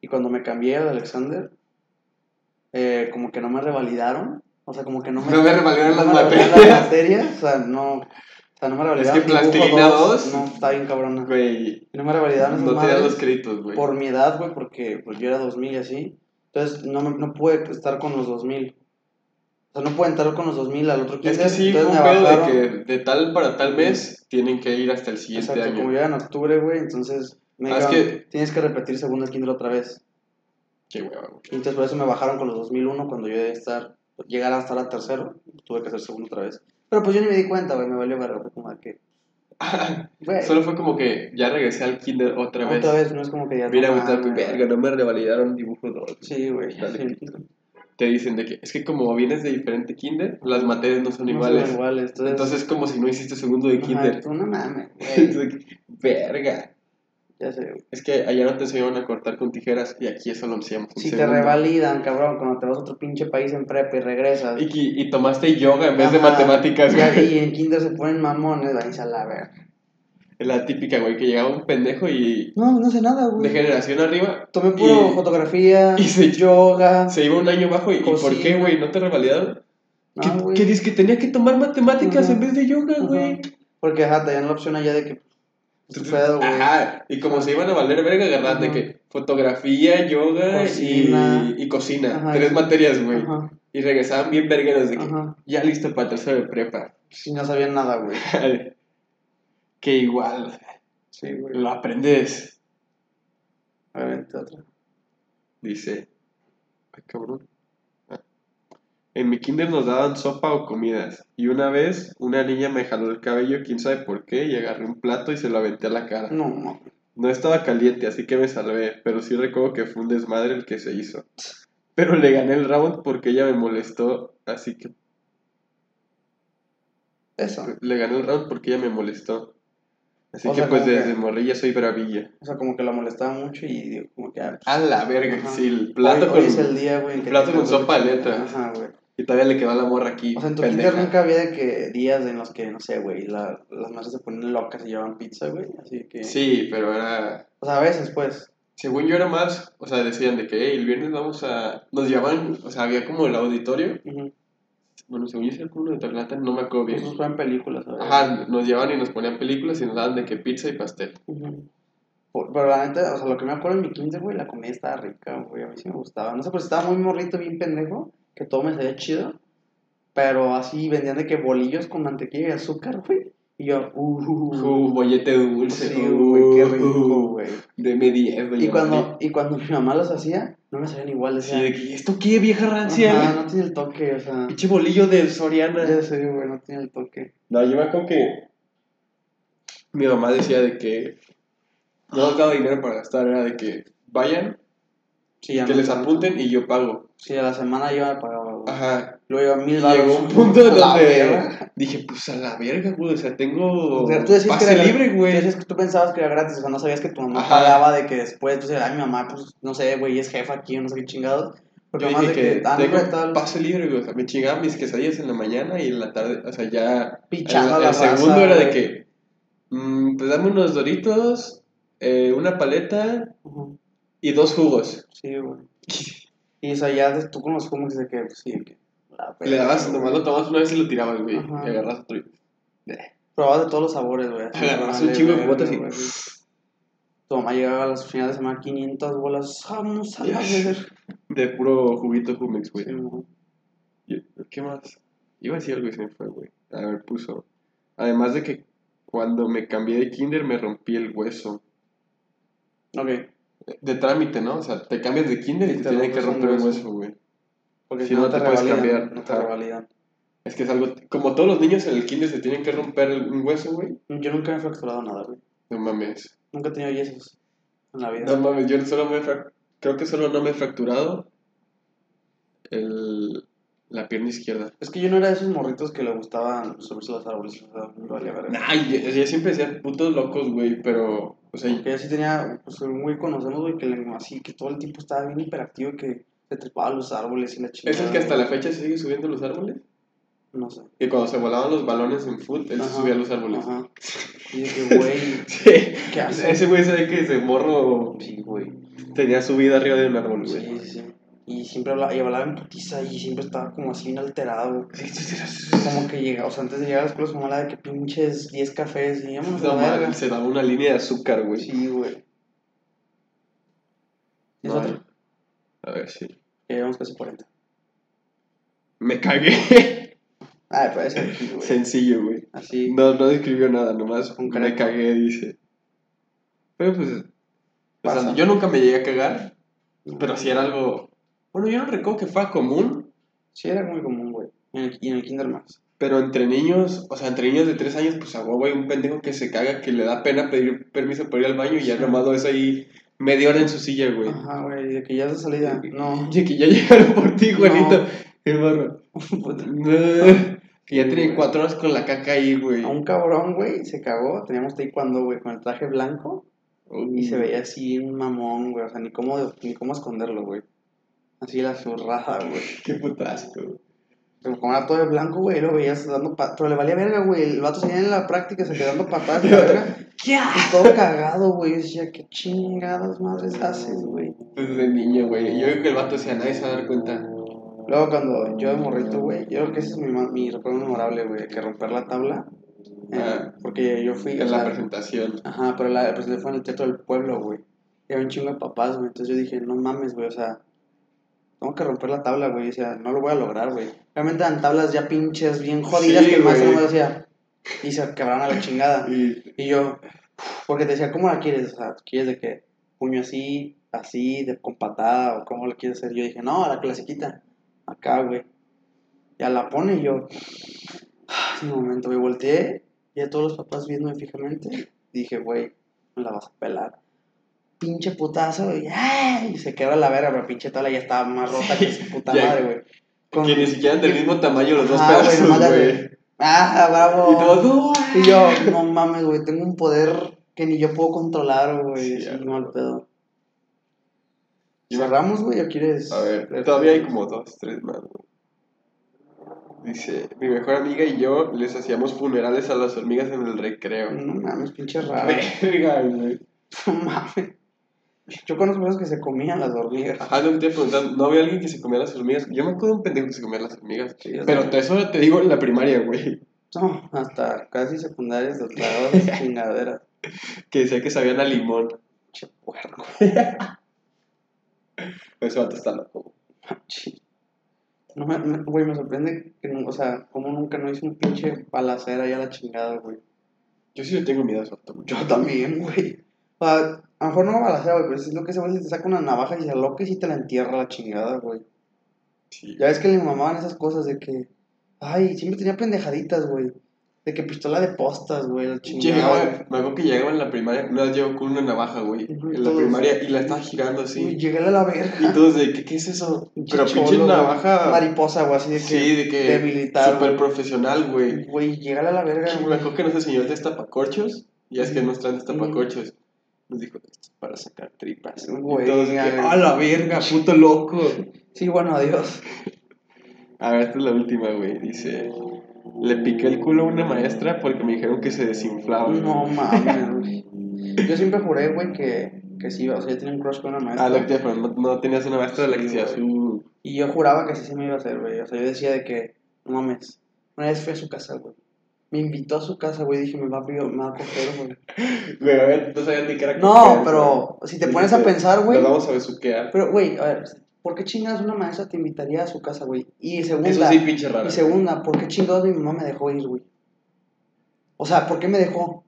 [SPEAKER 3] Y cuando me cambié al Alexander, eh, como que no me revalidaron. O sea, como que no me...
[SPEAKER 1] (laughs) No me revalidaron
[SPEAKER 3] no
[SPEAKER 1] las
[SPEAKER 3] me revalidaron
[SPEAKER 1] materias.
[SPEAKER 3] las materias, O sea, no... O sea, no me revalidaron.
[SPEAKER 1] Es que Plastilina
[SPEAKER 3] Dibujo
[SPEAKER 1] 2.
[SPEAKER 3] No, está bien cabrona.
[SPEAKER 1] Güey,
[SPEAKER 3] No me revalidaron esas
[SPEAKER 1] no te dan
[SPEAKER 3] madres
[SPEAKER 1] los créditos, güey.
[SPEAKER 3] por mi edad, güey, porque pues, yo era 2000 y así. Entonces no, me- no pude estar con los 2000. O sea, no pude entrar con los 2000 al otro
[SPEAKER 1] Es
[SPEAKER 3] kinder.
[SPEAKER 1] que sí, fue
[SPEAKER 3] entonces
[SPEAKER 1] un
[SPEAKER 3] me
[SPEAKER 1] pedo
[SPEAKER 3] bajaron.
[SPEAKER 1] de que de tal para tal mes tienen que ir hasta el siguiente
[SPEAKER 3] Exacto, como
[SPEAKER 1] año.
[SPEAKER 3] yo era en octubre, güey, entonces me
[SPEAKER 1] Ah, es
[SPEAKER 3] dijeron,
[SPEAKER 1] que-
[SPEAKER 3] tienes que repetir segundo de kinder otra vez.
[SPEAKER 1] Qué hueva, güey.
[SPEAKER 3] Y entonces por eso me bajaron con los 2001 cuando yo debía estar, llegar hasta la tercero, tuve que hacer segundo otra vez. Pero pues yo ni me di cuenta, güey, me valió verga, fue como de
[SPEAKER 1] (laughs)
[SPEAKER 3] que... Güey,
[SPEAKER 1] Solo fue como que ya regresé al kinder otra vez.
[SPEAKER 3] otra vez, no es como que ya...
[SPEAKER 1] Mira,
[SPEAKER 3] no
[SPEAKER 1] güey, tal-
[SPEAKER 3] mames.
[SPEAKER 1] verga, no me revalidaron dibujo 2.
[SPEAKER 3] Sí, güey. (laughs)
[SPEAKER 1] Dale,
[SPEAKER 3] sí.
[SPEAKER 1] Te dicen de que es que como vienes de diferente kinder, las materias no son
[SPEAKER 3] No
[SPEAKER 1] iguales.
[SPEAKER 3] son iguales, entonces...
[SPEAKER 1] Entonces como si no hiciste segundo de
[SPEAKER 3] Ajá, (laughs)
[SPEAKER 1] kinder. (laughs)
[SPEAKER 3] tú no mames,
[SPEAKER 1] Es
[SPEAKER 3] güey.
[SPEAKER 1] de que, verga.
[SPEAKER 3] Ya sé, güey.
[SPEAKER 1] Es que allá no te enseñaron a cortar con tijeras y aquí eso lo enseñamos. en
[SPEAKER 3] Si te
[SPEAKER 1] segundo.
[SPEAKER 3] revalidan, cabrón, cuando te vas a otro pinche país en prepa y regresas.
[SPEAKER 1] Y, que- y tomaste yoga en vez de
[SPEAKER 3] Ajá,
[SPEAKER 1] matemáticas,
[SPEAKER 3] y, (laughs)
[SPEAKER 1] güey.
[SPEAKER 3] y en kinder se ponen mamones, ahí se la verga.
[SPEAKER 1] La típica, güey, que llegaba un pendejo y
[SPEAKER 3] No, no sé nada, güey.
[SPEAKER 1] de generación arriba
[SPEAKER 3] Tomé puro
[SPEAKER 1] Y-
[SPEAKER 3] fotografía,
[SPEAKER 1] y se-
[SPEAKER 3] yoga.
[SPEAKER 1] Se iba un año bajo y, ¿y ¿por
[SPEAKER 3] Cocina.
[SPEAKER 1] qué, güey? ¿No te revalidaron?
[SPEAKER 3] No,
[SPEAKER 1] ¿Qué,
[SPEAKER 3] güey.
[SPEAKER 1] qué dices que tenía que tomar matemáticas
[SPEAKER 3] Ajá.
[SPEAKER 1] en vez de yoga,
[SPEAKER 3] Ajá.
[SPEAKER 1] güey?
[SPEAKER 3] Porque, ajá, te dan la opción allá de que. Tu Pues pedo, güey.
[SPEAKER 1] Ajá, y como se iban a valer verga, agarraban de
[SPEAKER 3] Ajá.
[SPEAKER 1] que fotografía, yoga
[SPEAKER 3] Cocina.
[SPEAKER 1] Y, y cocina.
[SPEAKER 3] Ajá.
[SPEAKER 1] Tres materias, güey.
[SPEAKER 3] Ajá,
[SPEAKER 1] Y regresaban bien vergueros de que
[SPEAKER 3] ajá.
[SPEAKER 1] ya listo para tercero de prepa. (laughs)
[SPEAKER 3] Sí, no sabían nada, güey.
[SPEAKER 1] que igual,
[SPEAKER 3] Sí, güey.
[SPEAKER 1] lo aprendes.
[SPEAKER 3] A ver, vente otra.
[SPEAKER 1] Dice, Ah, cabrón. Ah. En mi kinder nos daban sopa o comidas. Y una vez una niña me jaló el cabello, quién sabe por qué, y agarré un plato y se lo aventé a la cara.
[SPEAKER 3] No, no.
[SPEAKER 1] No estaba caliente, así que me salvé, pero sí recuerdo que fue un desmadre el que se hizo. Pero le gané el round porque ella me molestó, así que
[SPEAKER 3] Eso.
[SPEAKER 1] le gané el round porque ella me molestó. Así
[SPEAKER 3] O
[SPEAKER 1] que
[SPEAKER 3] sea,
[SPEAKER 1] pues
[SPEAKER 3] como que-
[SPEAKER 1] desde morrilla soy bravilla.
[SPEAKER 3] O sea, como que la molestaba mucho y digo, como que. ah,
[SPEAKER 1] A la verga,
[SPEAKER 3] Ajá.
[SPEAKER 1] sí, el plato
[SPEAKER 3] hoy-
[SPEAKER 1] con
[SPEAKER 3] hoy es el día, güey. en que
[SPEAKER 1] plato
[SPEAKER 3] tengo
[SPEAKER 1] con sopa de
[SPEAKER 3] mucho-
[SPEAKER 1] letras.
[SPEAKER 3] Ajá, güey.
[SPEAKER 1] y todavía le quedó la morra aquí.
[SPEAKER 3] O sea, en tu
[SPEAKER 1] pendeja.
[SPEAKER 3] kinder nunca había de que días en los que, no sé, güey, la- las maestras se ponen locas y llevan pizza, güey. Así que.
[SPEAKER 1] Sí, pero era
[SPEAKER 3] O sea, a veces, pues.
[SPEAKER 1] Según yo era más, o sea, decían de que "Hey, el viernes vamos a... Nos llevaban, o sea, había como el auditorio.
[SPEAKER 3] Ujú.
[SPEAKER 1] Bueno, según yo era como uno de Atlanta, no me acuerdo bien.
[SPEAKER 3] Nosotros juegan películas, ¿sabes?
[SPEAKER 1] Ajá, nos llevaban y nos ponían películas y nos daban de que pizza y pastel.
[SPEAKER 3] Ujú. Por- Pero la neta, o sea, lo que me acuerdo en mi 15, güey, la comida estaba rica, güey. A mí sí me gustaba. No sé, pues estaba muy morrito, bien pendejo, que todo me salía chido. Pero así vendían de que bolillos con mantequilla y azúcar, güey. Y yo, uh, uh, uh,
[SPEAKER 1] Uh, bollete dulce.
[SPEAKER 3] sí, güey, qué rico,
[SPEAKER 1] uh,
[SPEAKER 3] güey.
[SPEAKER 1] De medieval.
[SPEAKER 3] Y cuando, y cuando mi mamá los hacía, no me salían igual.
[SPEAKER 1] Sí,
[SPEAKER 3] Decía,
[SPEAKER 1] de que, ¿esto qué, vieja rancia? eh?
[SPEAKER 3] "Ajá, no tiene el toque, o sea.
[SPEAKER 1] Pinche bolillo del Soriana.
[SPEAKER 3] Ya sé, güey, no tiene el toque.
[SPEAKER 1] No, yo me acuerdo que mi mamá decía de que no nos daba dinero para gastar, era de que vayan,
[SPEAKER 3] Sí, ya
[SPEAKER 1] que
[SPEAKER 3] no
[SPEAKER 1] les
[SPEAKER 3] tanto.
[SPEAKER 1] apunten y yo pago.
[SPEAKER 3] Sí, a la semana yo me pagaba, güey.
[SPEAKER 1] Ajá,
[SPEAKER 3] Luego iba a mil
[SPEAKER 1] Llegó
[SPEAKER 3] baros.
[SPEAKER 1] un punto
[SPEAKER 3] A la
[SPEAKER 1] donde
[SPEAKER 3] verga.
[SPEAKER 1] dije, pues a la verga, güey, o sea, tengo
[SPEAKER 3] O sea, tú decías que
[SPEAKER 1] pase
[SPEAKER 3] era
[SPEAKER 1] libre,
[SPEAKER 3] Tú
[SPEAKER 1] güey.
[SPEAKER 3] decías que tú pensabas que era gratis, o sea, no sabías que tu mamá
[SPEAKER 1] Ajá.
[SPEAKER 3] pagaba de que después, tú decías, ay, mi mamá, pues, no sé, güey, es jefa aquí, o no sé qué chingados. Porque
[SPEAKER 1] Yo
[SPEAKER 3] mamá
[SPEAKER 1] dije
[SPEAKER 3] de que,
[SPEAKER 1] que
[SPEAKER 3] ah, no,
[SPEAKER 1] tengo
[SPEAKER 3] güey, tal,
[SPEAKER 1] pase libre, güey, o sea, me chingaba mis quesadillas en la mañana y en la tarde, o sea, ya...
[SPEAKER 3] Pichando
[SPEAKER 1] el-
[SPEAKER 3] a la
[SPEAKER 1] El
[SPEAKER 3] raza,
[SPEAKER 1] segundo era de
[SPEAKER 3] güey.
[SPEAKER 1] que, mm, pues dame unos doritos, eh, una paleta
[SPEAKER 3] Ujú,
[SPEAKER 1] y dos jugos.
[SPEAKER 3] Sí, güey. Y o sea, ya des- tú con los humos de que, pues, sí, de que, la
[SPEAKER 1] Le dabas,
[SPEAKER 3] verga,
[SPEAKER 1] nomás lo tomabas una vez y lo tirabas, güey,
[SPEAKER 3] Ajá.
[SPEAKER 1] y agarras otro. y-
[SPEAKER 3] Probabas de todos los sabores, güey.
[SPEAKER 1] Agarrabas
[SPEAKER 3] Vale,
[SPEAKER 1] un chingo de
[SPEAKER 3] verga,
[SPEAKER 1] botas y-
[SPEAKER 3] güey. Tu mamá llegaba a las finales de semana 500 bolas. Vamos a la verga.
[SPEAKER 1] De puro juguito Jumex, güey.
[SPEAKER 3] Sí, güey.
[SPEAKER 1] Y- ¿Qué más? Iba a decir algo y se me fue, güey. A ver, puso. Además de que cuando me cambié de kinder me rompí el hueso.
[SPEAKER 3] Ok,
[SPEAKER 1] De, de trámite, ¿no? O sea, te cambias de kinder y,
[SPEAKER 3] Y
[SPEAKER 1] te,
[SPEAKER 3] te
[SPEAKER 1] tienen que
[SPEAKER 3] rompes un
[SPEAKER 1] romper el
[SPEAKER 3] hueso.
[SPEAKER 1] hueso, güey.
[SPEAKER 3] porque
[SPEAKER 1] Si no, te puedes
[SPEAKER 3] revalidan,
[SPEAKER 1] cambiar.
[SPEAKER 3] No te
[SPEAKER 1] Ajá.
[SPEAKER 3] revalidan.
[SPEAKER 1] Es que es algo... Como todos los niños en el kinder se tienen que romper el- un hueso, güey.
[SPEAKER 3] Yo nunca me he fracturado nada, güey.
[SPEAKER 1] No mames.
[SPEAKER 3] Nunca he tenido yesos en la vida.
[SPEAKER 1] No mames, yo solo me... frac- Creo que solo no me he fracturado el... la pierna izquierda.
[SPEAKER 3] Es que yo no era de esos morritos que le gustaban subirse a los árboles. O sea, me valía verga.
[SPEAKER 1] Nah, yo, yo siempre decía putos locos, güey, pero... O sea,
[SPEAKER 3] Porque yo sí tenía, pues un güey conocemos, güey, que le, así, que todo el tiempo estaba bien hiperactivo y que se trepaba a los árboles y la chingada.
[SPEAKER 1] ¿es el que hasta
[SPEAKER 3] güey.
[SPEAKER 1] la fecha se sigue subiendo los árboles?
[SPEAKER 3] No sé.
[SPEAKER 1] Que cuando se volaban los balones en foot, él se
[SPEAKER 3] Ajá,
[SPEAKER 1] subía a los árboles.
[SPEAKER 3] Ajá. Y dije, güey,
[SPEAKER 1] (laughs) Sí.
[SPEAKER 3] ¿qué haces?
[SPEAKER 1] Ese güey sabe que ese morro
[SPEAKER 3] Sí, güey.
[SPEAKER 1] tenía su vida arriba de un árbol,
[SPEAKER 3] Sí,
[SPEAKER 1] güey.
[SPEAKER 3] sí, sí. Y siempre hablaba, y hablaba en putiza y siempre estaba como así bien alterado, güey. Como que llega, o sea, antes de llegar a la escuela, su mamá le daba de que pinches 10 cafés y vámonos a
[SPEAKER 1] No,
[SPEAKER 3] la
[SPEAKER 1] madre,
[SPEAKER 3] verga.
[SPEAKER 1] se daba una línea de azúcar, güey.
[SPEAKER 3] Sí, güey. Es
[SPEAKER 1] Madre.
[SPEAKER 3] otro.
[SPEAKER 1] A ver, sí.
[SPEAKER 3] Ya llevamos casi 40.
[SPEAKER 1] Me cagué. (laughs)
[SPEAKER 3] Ah, pero ese aquí, güey.
[SPEAKER 1] Sencillo, güey.
[SPEAKER 3] Así.
[SPEAKER 1] No, no describió nada, nomás
[SPEAKER 3] Concreto.
[SPEAKER 1] me cagué, dice. Pero pues. o sea,
[SPEAKER 3] Pasa.
[SPEAKER 1] yo nunca me llegué a cagar, pero sí era algo. Bueno, yo no recuerdo que fuera común,
[SPEAKER 3] Sí, era muy común, güey. En el- Y en el Kinder Max.
[SPEAKER 1] pero entre niños, o sea, entre niños de 3 años, pues a huevo hay un pendejo que se caga que le da pena pedir permiso para ir al baño y ya
[SPEAKER 3] Sí. Ah.
[SPEAKER 1] nomás lo ves ahí media hora en su silla, güey.
[SPEAKER 3] Ajá, güey. De que ya es de salida. No. (laughs)
[SPEAKER 1] Oye, que ya (laughs) llegaron por ti,
[SPEAKER 3] No.
[SPEAKER 1] Juanito. Qué barro.
[SPEAKER 3] Puta. Ah.
[SPEAKER 1] No. Que ya tienen
[SPEAKER 3] güey.
[SPEAKER 1] cuatro horas con la caca ahí, güey.
[SPEAKER 3] A un cabrón, güey, se cagó. Teníamos taekwondo, güey, con el traje blanco. Y se
[SPEAKER 1] Mm.
[SPEAKER 3] veía así un mamón, güey. O sea, ni cómo, ni cómo esconderlo, güey. Así la zurrada, güey.
[SPEAKER 1] Qué putasco. güey.
[SPEAKER 3] Pero como era todo de blanco, güey, lo veías dando patadas. Pero le valía verga, güey. El vato salía en la práctica, se quedando patadas y la
[SPEAKER 1] (laughs)
[SPEAKER 3] verga. Y todo cagado, güey. Yo decía, qué chingadas madres haces, güey.
[SPEAKER 1] Desde niño, güey. Yo creo que el vato decía, nadie se va a dar cuenta.
[SPEAKER 3] Luego cuando yo de morrito, güey, yo creo que ese es mi, ma- mi recuerdo memorable, güey, que romper la tabla. eh,
[SPEAKER 1] Ah.
[SPEAKER 3] porque yo fui... o
[SPEAKER 1] En la
[SPEAKER 3] sea,
[SPEAKER 1] presentación.
[SPEAKER 3] Ajá, pero la presentación fue en el Teatro del Pueblo, güey. Y había un chingo de papás, güey. Entonces yo dije, no mames, güey, o sea, tengo que romper la tabla, güey. O sea, no lo voy a lograr, güey. Realmente eran tablas ya pinches, bien jodidas,
[SPEAKER 1] Sí,
[SPEAKER 3] que el maestro
[SPEAKER 1] güey.
[SPEAKER 3] me decía. Y se quebraron a la chingada.
[SPEAKER 1] Y
[SPEAKER 3] Y yo, porque te decía, ¿cómo la quieres? O sea, ¿quieres de que puño así, así, de, con patada o como lo quieres hacer. Yo dije, no, a la clasiquita, acá, güey. Ya la pone y yo, ay, un momento, güey, volteé y a todos los papás viéndome fijamente. Dije, güey, me la vas a pelar. Pinche putazo, güey. ¡Ay! Y se quedó a la verga, pero pinche tabla ya estaba más rota que su
[SPEAKER 1] (laughs)
[SPEAKER 3] puta
[SPEAKER 1] ya.
[SPEAKER 3] madre, güey. Con-
[SPEAKER 1] Que ni siquiera eran del mismo tamaño los dos
[SPEAKER 3] Ah, güey,
[SPEAKER 1] pedazos,
[SPEAKER 3] nomás la de-
[SPEAKER 1] güey.
[SPEAKER 3] ¡Ah, bravo!
[SPEAKER 1] Y todos, no,
[SPEAKER 3] Y yo, (laughs) no mames, güey, tengo un poder que ni yo puedo controlar, güey.
[SPEAKER 1] Sí,
[SPEAKER 3] Sí,
[SPEAKER 1] ya,
[SPEAKER 3] mal pedo.
[SPEAKER 1] Yo me-
[SPEAKER 3] ¿Cerramos, güey, o quieres...? este,
[SPEAKER 1] A ver, todavía hay como dos, tres más. güey. Dice, mi mejor amiga y yo les hacíamos funerales a las hormigas en el recreo.
[SPEAKER 3] No mames, pinche raro.
[SPEAKER 1] (laughs) Verga, güey.
[SPEAKER 3] (laughs) No mames. Yo conozco personas que se comían las hormigas.
[SPEAKER 1] Ajá, no me estoy preguntando, ¿no había alguien que se comía las hormigas? Yo me acuerdo de un pendejo que se comía las hormigas.
[SPEAKER 3] Sí, o
[SPEAKER 1] Pero
[SPEAKER 3] sea,
[SPEAKER 1] te- eso te digo en la primaria, güey.
[SPEAKER 3] No, hasta casi secundarias
[SPEAKER 1] (laughs)
[SPEAKER 3] los tragados de chingaderas.
[SPEAKER 1] Que decía que sabían a limón.
[SPEAKER 3] Che, puerco. (laughs)
[SPEAKER 1] Eso vato está loco.
[SPEAKER 3] Chi. No, me- me- güey, me sorprende que, no- o sea, cómo nunca no hice un pinche balacera ya la chingada, güey.
[SPEAKER 1] Yo sí le tengo miedo a eso.
[SPEAKER 3] Yo también, güey. O sea, a lo mejor no balacera, güey, pero si es lo que se va si te saca una navaja y se aloca y si te la entierra la chingada, güey.
[SPEAKER 1] Sí.
[SPEAKER 3] Ya ves que le mamaban esas cosas de que. Ay, siempre tenía pendejaditas, güey. De que pistola de postas, güey, la chingada.
[SPEAKER 1] Llegaba, me acuerdo que llegaba en la primaria, una vez llegó con una navaja, güey,
[SPEAKER 3] Ujú,
[SPEAKER 1] en la
[SPEAKER 3] todos.
[SPEAKER 1] primaria y la estaba girando
[SPEAKER 3] Y
[SPEAKER 1] así.
[SPEAKER 3] llegué a la verga.
[SPEAKER 1] Y todos de, ¿qué, qué es eso? Pero
[SPEAKER 3] Chicholo,
[SPEAKER 1] pinche
[SPEAKER 3] güey.
[SPEAKER 1] navaja,
[SPEAKER 3] Mariposa, güey, así de que.
[SPEAKER 1] sí, de que
[SPEAKER 3] debilitado,
[SPEAKER 1] super
[SPEAKER 3] güey.
[SPEAKER 1] profesional, güey.
[SPEAKER 3] Güey, llegué a la verga,
[SPEAKER 1] Me
[SPEAKER 3] güey.
[SPEAKER 1] acuerdo que nos enseñó el destapacorchos, ya es que nos traen destapacorchos. Nos dijo, esto es para sacar tripas.
[SPEAKER 3] Güey,
[SPEAKER 1] y todos de que,
[SPEAKER 3] a
[SPEAKER 1] "A la verga, puto loco!
[SPEAKER 3] Sí, bueno, adiós.
[SPEAKER 1] A ver, esta es la última, güey, dice... Le piqué el culo a una maestra porque me dijeron que se desinflaba.
[SPEAKER 3] No mames, güey. Yo siempre juré, güey, que, que sí, o sea, yo tenía un crush con una maestra.
[SPEAKER 1] Ah, lo que te pero no, no tenías una maestra de la que
[SPEAKER 3] Sí,
[SPEAKER 1] sea
[SPEAKER 3] güey.
[SPEAKER 1] su...
[SPEAKER 3] Y yo juraba que así se me iba a hacer, güey. O sea, yo decía de que, no mames. Una vez fui a su casa, güey. Me invitó a su casa, güey. Dije, me va a, vio- me va a coger, güey.
[SPEAKER 1] Güey, a ver, no sabía ni qué era
[SPEAKER 3] No, pero si te pones a pensar, güey.
[SPEAKER 1] Lo vamos a besuquear.
[SPEAKER 3] Pero, güey, a ver, ¿por qué chingados una maestra te invitaría a su casa, güey? Y segunda,
[SPEAKER 1] Eso sí, pinche raro.
[SPEAKER 3] y segunda, ¿por qué chingados mi mamá me dejó ir, güey? O sea, ¿por qué me dejó?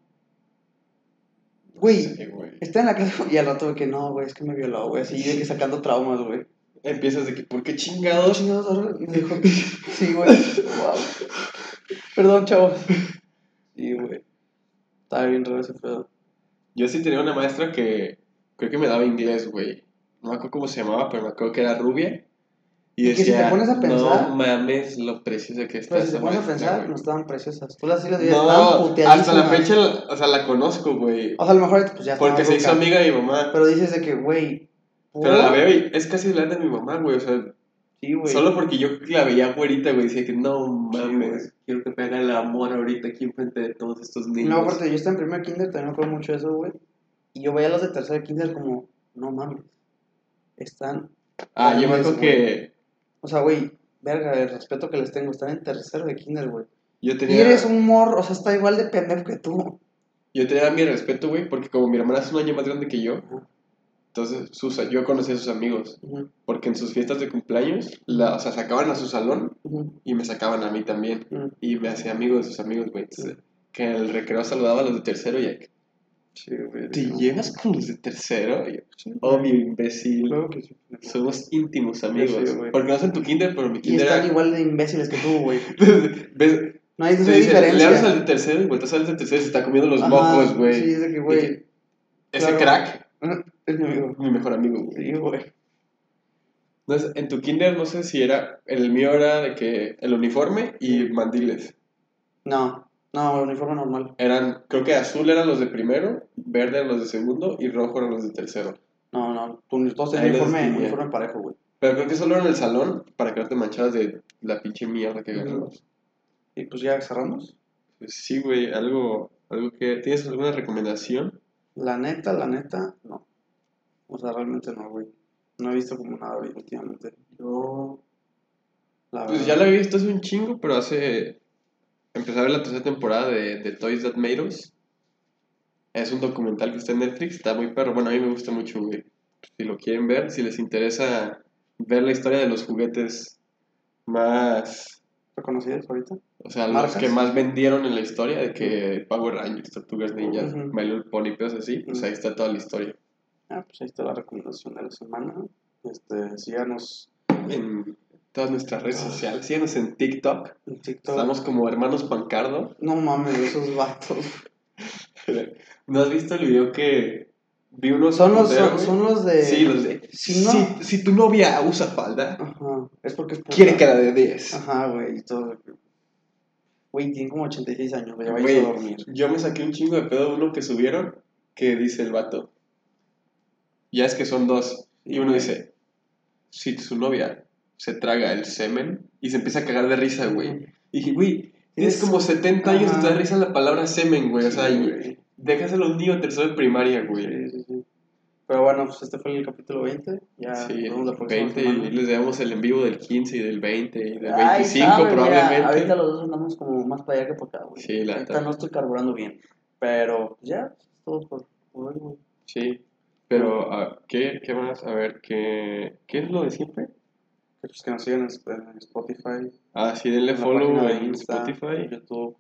[SPEAKER 3] Güey,
[SPEAKER 1] Sí, güey.
[SPEAKER 3] está en la clase (laughs) y al rato de que no, güey, es que me violó, güey, así de que sacando traumas, güey.
[SPEAKER 1] Empiezas de que, ¿por qué
[SPEAKER 3] Todo
[SPEAKER 1] chingados?
[SPEAKER 3] chingados ahora me dejó. (laughs) Sí, güey. Wow. Perdón, chavos. Sí, güey. Estaba bien raro ese pedo.
[SPEAKER 1] Yo sí tenía una maestra que creo que me daba inglés, güey. No me acuerdo cómo se llamaba, pero me acuerdo que era rubia. Y
[SPEAKER 3] Y que si te
[SPEAKER 1] decía,
[SPEAKER 3] pones a pensar-
[SPEAKER 1] no mames lo preciosa que está
[SPEAKER 3] Pero Pues,
[SPEAKER 1] esa
[SPEAKER 3] si te pones a
[SPEAKER 1] maestra,
[SPEAKER 3] pensar,
[SPEAKER 1] güey".
[SPEAKER 3] no estaban preciosas. Pues, Tú las sí las veías, estaban
[SPEAKER 1] No,
[SPEAKER 3] puteadísimas.
[SPEAKER 1] hasta la fecha, la- o sea, la conozco, güey.
[SPEAKER 3] O sea, a lo mejor pues ya estaba
[SPEAKER 1] Porque se hizo
[SPEAKER 3] ruca.
[SPEAKER 1] amiga de mi mamá.
[SPEAKER 3] Pero dices de que, güey.
[SPEAKER 1] Pero la veo y es casi la de mi mamá, güey. O sea,
[SPEAKER 3] Sí, güey.
[SPEAKER 1] Solo porque yo la veía güerita, güey, decía que no mames,
[SPEAKER 3] güey.
[SPEAKER 1] quiero que me haga el amor ahorita aquí enfrente de todos estos niños.
[SPEAKER 3] No, aparte, yo estaba en primer kinder, también me acuerdo mucho de eso, güey. Y yo veía a los de tercer kinder como, no mames. Están.
[SPEAKER 1] ah, yo me acuerdo
[SPEAKER 3] Güey.
[SPEAKER 1] que
[SPEAKER 3] O sea, güey, verga, el respeto que les tengo. Están en tercero de kinder, güey.
[SPEAKER 1] yo
[SPEAKER 3] Y
[SPEAKER 1] tenía,
[SPEAKER 3] eres un morro, o sea, está igual de pendejo que tú.
[SPEAKER 1] yo tenía mi respeto, güey, porque como mi hermana es un año más grande que yo,
[SPEAKER 3] Ajá.
[SPEAKER 1] entonces sus, yo conocía a sus amigos, porque en sus fiestas de cumpleaños, la, o sea, sacaban a su salón
[SPEAKER 3] Ujú,
[SPEAKER 1] y me sacaban a mí también,
[SPEAKER 3] ujú.
[SPEAKER 1] y me hacía amigo de sus amigos, güey. Entonces, que en el recreo saludaba a los de tercero y que,
[SPEAKER 3] Sí, güey.
[SPEAKER 1] ¿te llevas con los de tercero? Y yo,
[SPEAKER 3] Sí.
[SPEAKER 1] oh, mi imbécil.
[SPEAKER 3] Claro que sí.
[SPEAKER 1] Somos íntimos amigos.
[SPEAKER 3] Sí, güey.
[SPEAKER 1] porque no es en tu kinder, pero mi
[SPEAKER 3] Y
[SPEAKER 1] kinder
[SPEAKER 3] están
[SPEAKER 1] era.
[SPEAKER 3] igual de imbéciles que tú, güey.
[SPEAKER 1] (laughs) ¿Ves?
[SPEAKER 3] No hay, no
[SPEAKER 1] Te
[SPEAKER 3] hay
[SPEAKER 1] dicen, le hablas
[SPEAKER 3] diferencia.
[SPEAKER 1] al de tercero y güey, tú sales del tercero y se está comiendo los
[SPEAKER 3] Ajá,
[SPEAKER 1] mocos, güey.
[SPEAKER 3] Sí, es de que,
[SPEAKER 1] De
[SPEAKER 3] güey.
[SPEAKER 1] Ese
[SPEAKER 3] claro.
[SPEAKER 1] crack,
[SPEAKER 3] Es mi amigo.
[SPEAKER 1] mi mejor amigo, güey.
[SPEAKER 3] Sí, güey.
[SPEAKER 1] Entonces, en tu kinder, no sé si era. El mío era de que el uniforme y mandiles.
[SPEAKER 3] No, no, uniforme normal.
[SPEAKER 1] Eran, creo que azul eran los de primero, verde eran los de segundo y rojo eran los de tercero.
[SPEAKER 3] No, no, tú, todos
[SPEAKER 1] Ahí
[SPEAKER 3] tenían
[SPEAKER 1] los
[SPEAKER 3] uniforme,
[SPEAKER 1] distinguía.
[SPEAKER 3] uniforme parejo, güey.
[SPEAKER 1] Pero creo que solo era en el salón para que no te mancharas de la pinche mierda que
[SPEAKER 3] Ujú.
[SPEAKER 1] ganamos.
[SPEAKER 3] Y pues ya cerramos.
[SPEAKER 1] Pues sí, güey, algo, algo que. ¿Tienes alguna recomendación?
[SPEAKER 3] La neta, la neta, no. O sea, realmente no, güey. No he visto como nada, güey, últimamente.
[SPEAKER 1] Yo.
[SPEAKER 3] La
[SPEAKER 1] Pues ya
[SPEAKER 3] verdad.
[SPEAKER 1] la he visto hace un chingo, pero hace. Empecé a ver la tercera temporada de, de Toys That Made Us. Es un documental que está en Netflix, está muy perro. Bueno, a mí me gusta mucho, güey. Si lo quieren ver, si les interesa ver la historia de los juguetes más.
[SPEAKER 3] ¿Reconocidas ahorita?
[SPEAKER 1] O sea, los
[SPEAKER 3] Marcas.
[SPEAKER 1] que más vendieron en la historia, de que Power Rangers, Tortugas Ninjas,
[SPEAKER 3] Ujú.
[SPEAKER 1] My Little Pony, cosas así. Pues
[SPEAKER 3] Ujú.
[SPEAKER 1] ahí está toda la historia.
[SPEAKER 3] Ah, pues ahí está la recomendación de la semana. Este, síganos
[SPEAKER 1] En todas nuestras redes
[SPEAKER 3] Ah.
[SPEAKER 1] sociales. Síganos en TikTok.
[SPEAKER 3] en TikTok.
[SPEAKER 1] Estamos como hermanos Pancardo.
[SPEAKER 3] No mames, esos vatos.
[SPEAKER 1] (laughs) ¿No has visto el video que vi unos
[SPEAKER 3] Son los,
[SPEAKER 1] puteros,
[SPEAKER 3] son,
[SPEAKER 1] güey?
[SPEAKER 3] son los de.
[SPEAKER 1] Sí, los de...
[SPEAKER 3] Si no.
[SPEAKER 1] Si, si tu novia usa falda,
[SPEAKER 3] Ajá. Es porque es puta.
[SPEAKER 1] quiere que la de 10.
[SPEAKER 3] Ajá, güey, y todo. Güey, tiene como 86 años, güey, ya va a
[SPEAKER 1] Güey,
[SPEAKER 3] irse a dormir.
[SPEAKER 1] Yo me saqué un chingo de pedo uno que subieron que dice el vato. Ya es que son dos. Y uno dice, si su novia se traga el semen y se empieza a cagar de risa, güey. Y dije, güey, tienes
[SPEAKER 3] Es-
[SPEAKER 1] como 70 años y te da
[SPEAKER 3] Ajá.
[SPEAKER 1] risa la palabra semen, güey. O sea,
[SPEAKER 3] Sí,
[SPEAKER 1] y- déjaselo a un niño de tercero de primaria, güey.
[SPEAKER 3] Sí, sí, sí. Pero bueno, pues este fue el capítulo 20. Ya
[SPEAKER 1] Sí,
[SPEAKER 3] nos vemos la
[SPEAKER 1] el
[SPEAKER 3] próxima
[SPEAKER 1] 20
[SPEAKER 3] semana.
[SPEAKER 1] y les damos el en vivo del 15 y del 20 y del
[SPEAKER 3] Ay,
[SPEAKER 1] 25
[SPEAKER 3] sabe, mira,
[SPEAKER 1] probablemente.
[SPEAKER 3] ahorita los dos andamos como más para allá que para acá, güey.
[SPEAKER 1] Sí, la
[SPEAKER 3] Ahorita
[SPEAKER 1] neta.
[SPEAKER 3] no estoy carburando bien. Pero pues, ya, es todo por por hoy, güey.
[SPEAKER 1] Sí, pero ah, ¿qué, qué más? A ver, ¿qué, ¿qué es lo de siempre?
[SPEAKER 3] Que, Pues que nos sigan en, en Spotify,
[SPEAKER 1] Ah, sí, denle
[SPEAKER 3] en la
[SPEAKER 1] follow
[SPEAKER 3] página de
[SPEAKER 1] en
[SPEAKER 3] Insta.
[SPEAKER 1] Spotify.
[SPEAKER 3] YouTube.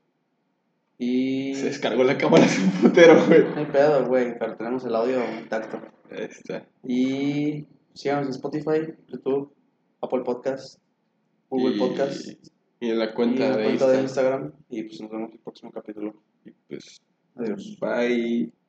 [SPEAKER 3] Y.
[SPEAKER 1] Se descargó la cámara de un putero, güey.
[SPEAKER 3] No hay pedo, güey, pero tenemos el audio intacto.
[SPEAKER 1] Ahí está.
[SPEAKER 3] Y síganos en Spotify, YouTube, Apple Podcast, Google
[SPEAKER 1] Y-
[SPEAKER 3] Podcast
[SPEAKER 1] Y en la
[SPEAKER 3] y
[SPEAKER 1] cuenta
[SPEAKER 3] la
[SPEAKER 1] de
[SPEAKER 3] cuenta de
[SPEAKER 1] Insta.
[SPEAKER 3] Instagram. Y pues nos vemos en el próximo capítulo.
[SPEAKER 1] Y pues,
[SPEAKER 3] Adiós.
[SPEAKER 1] bye.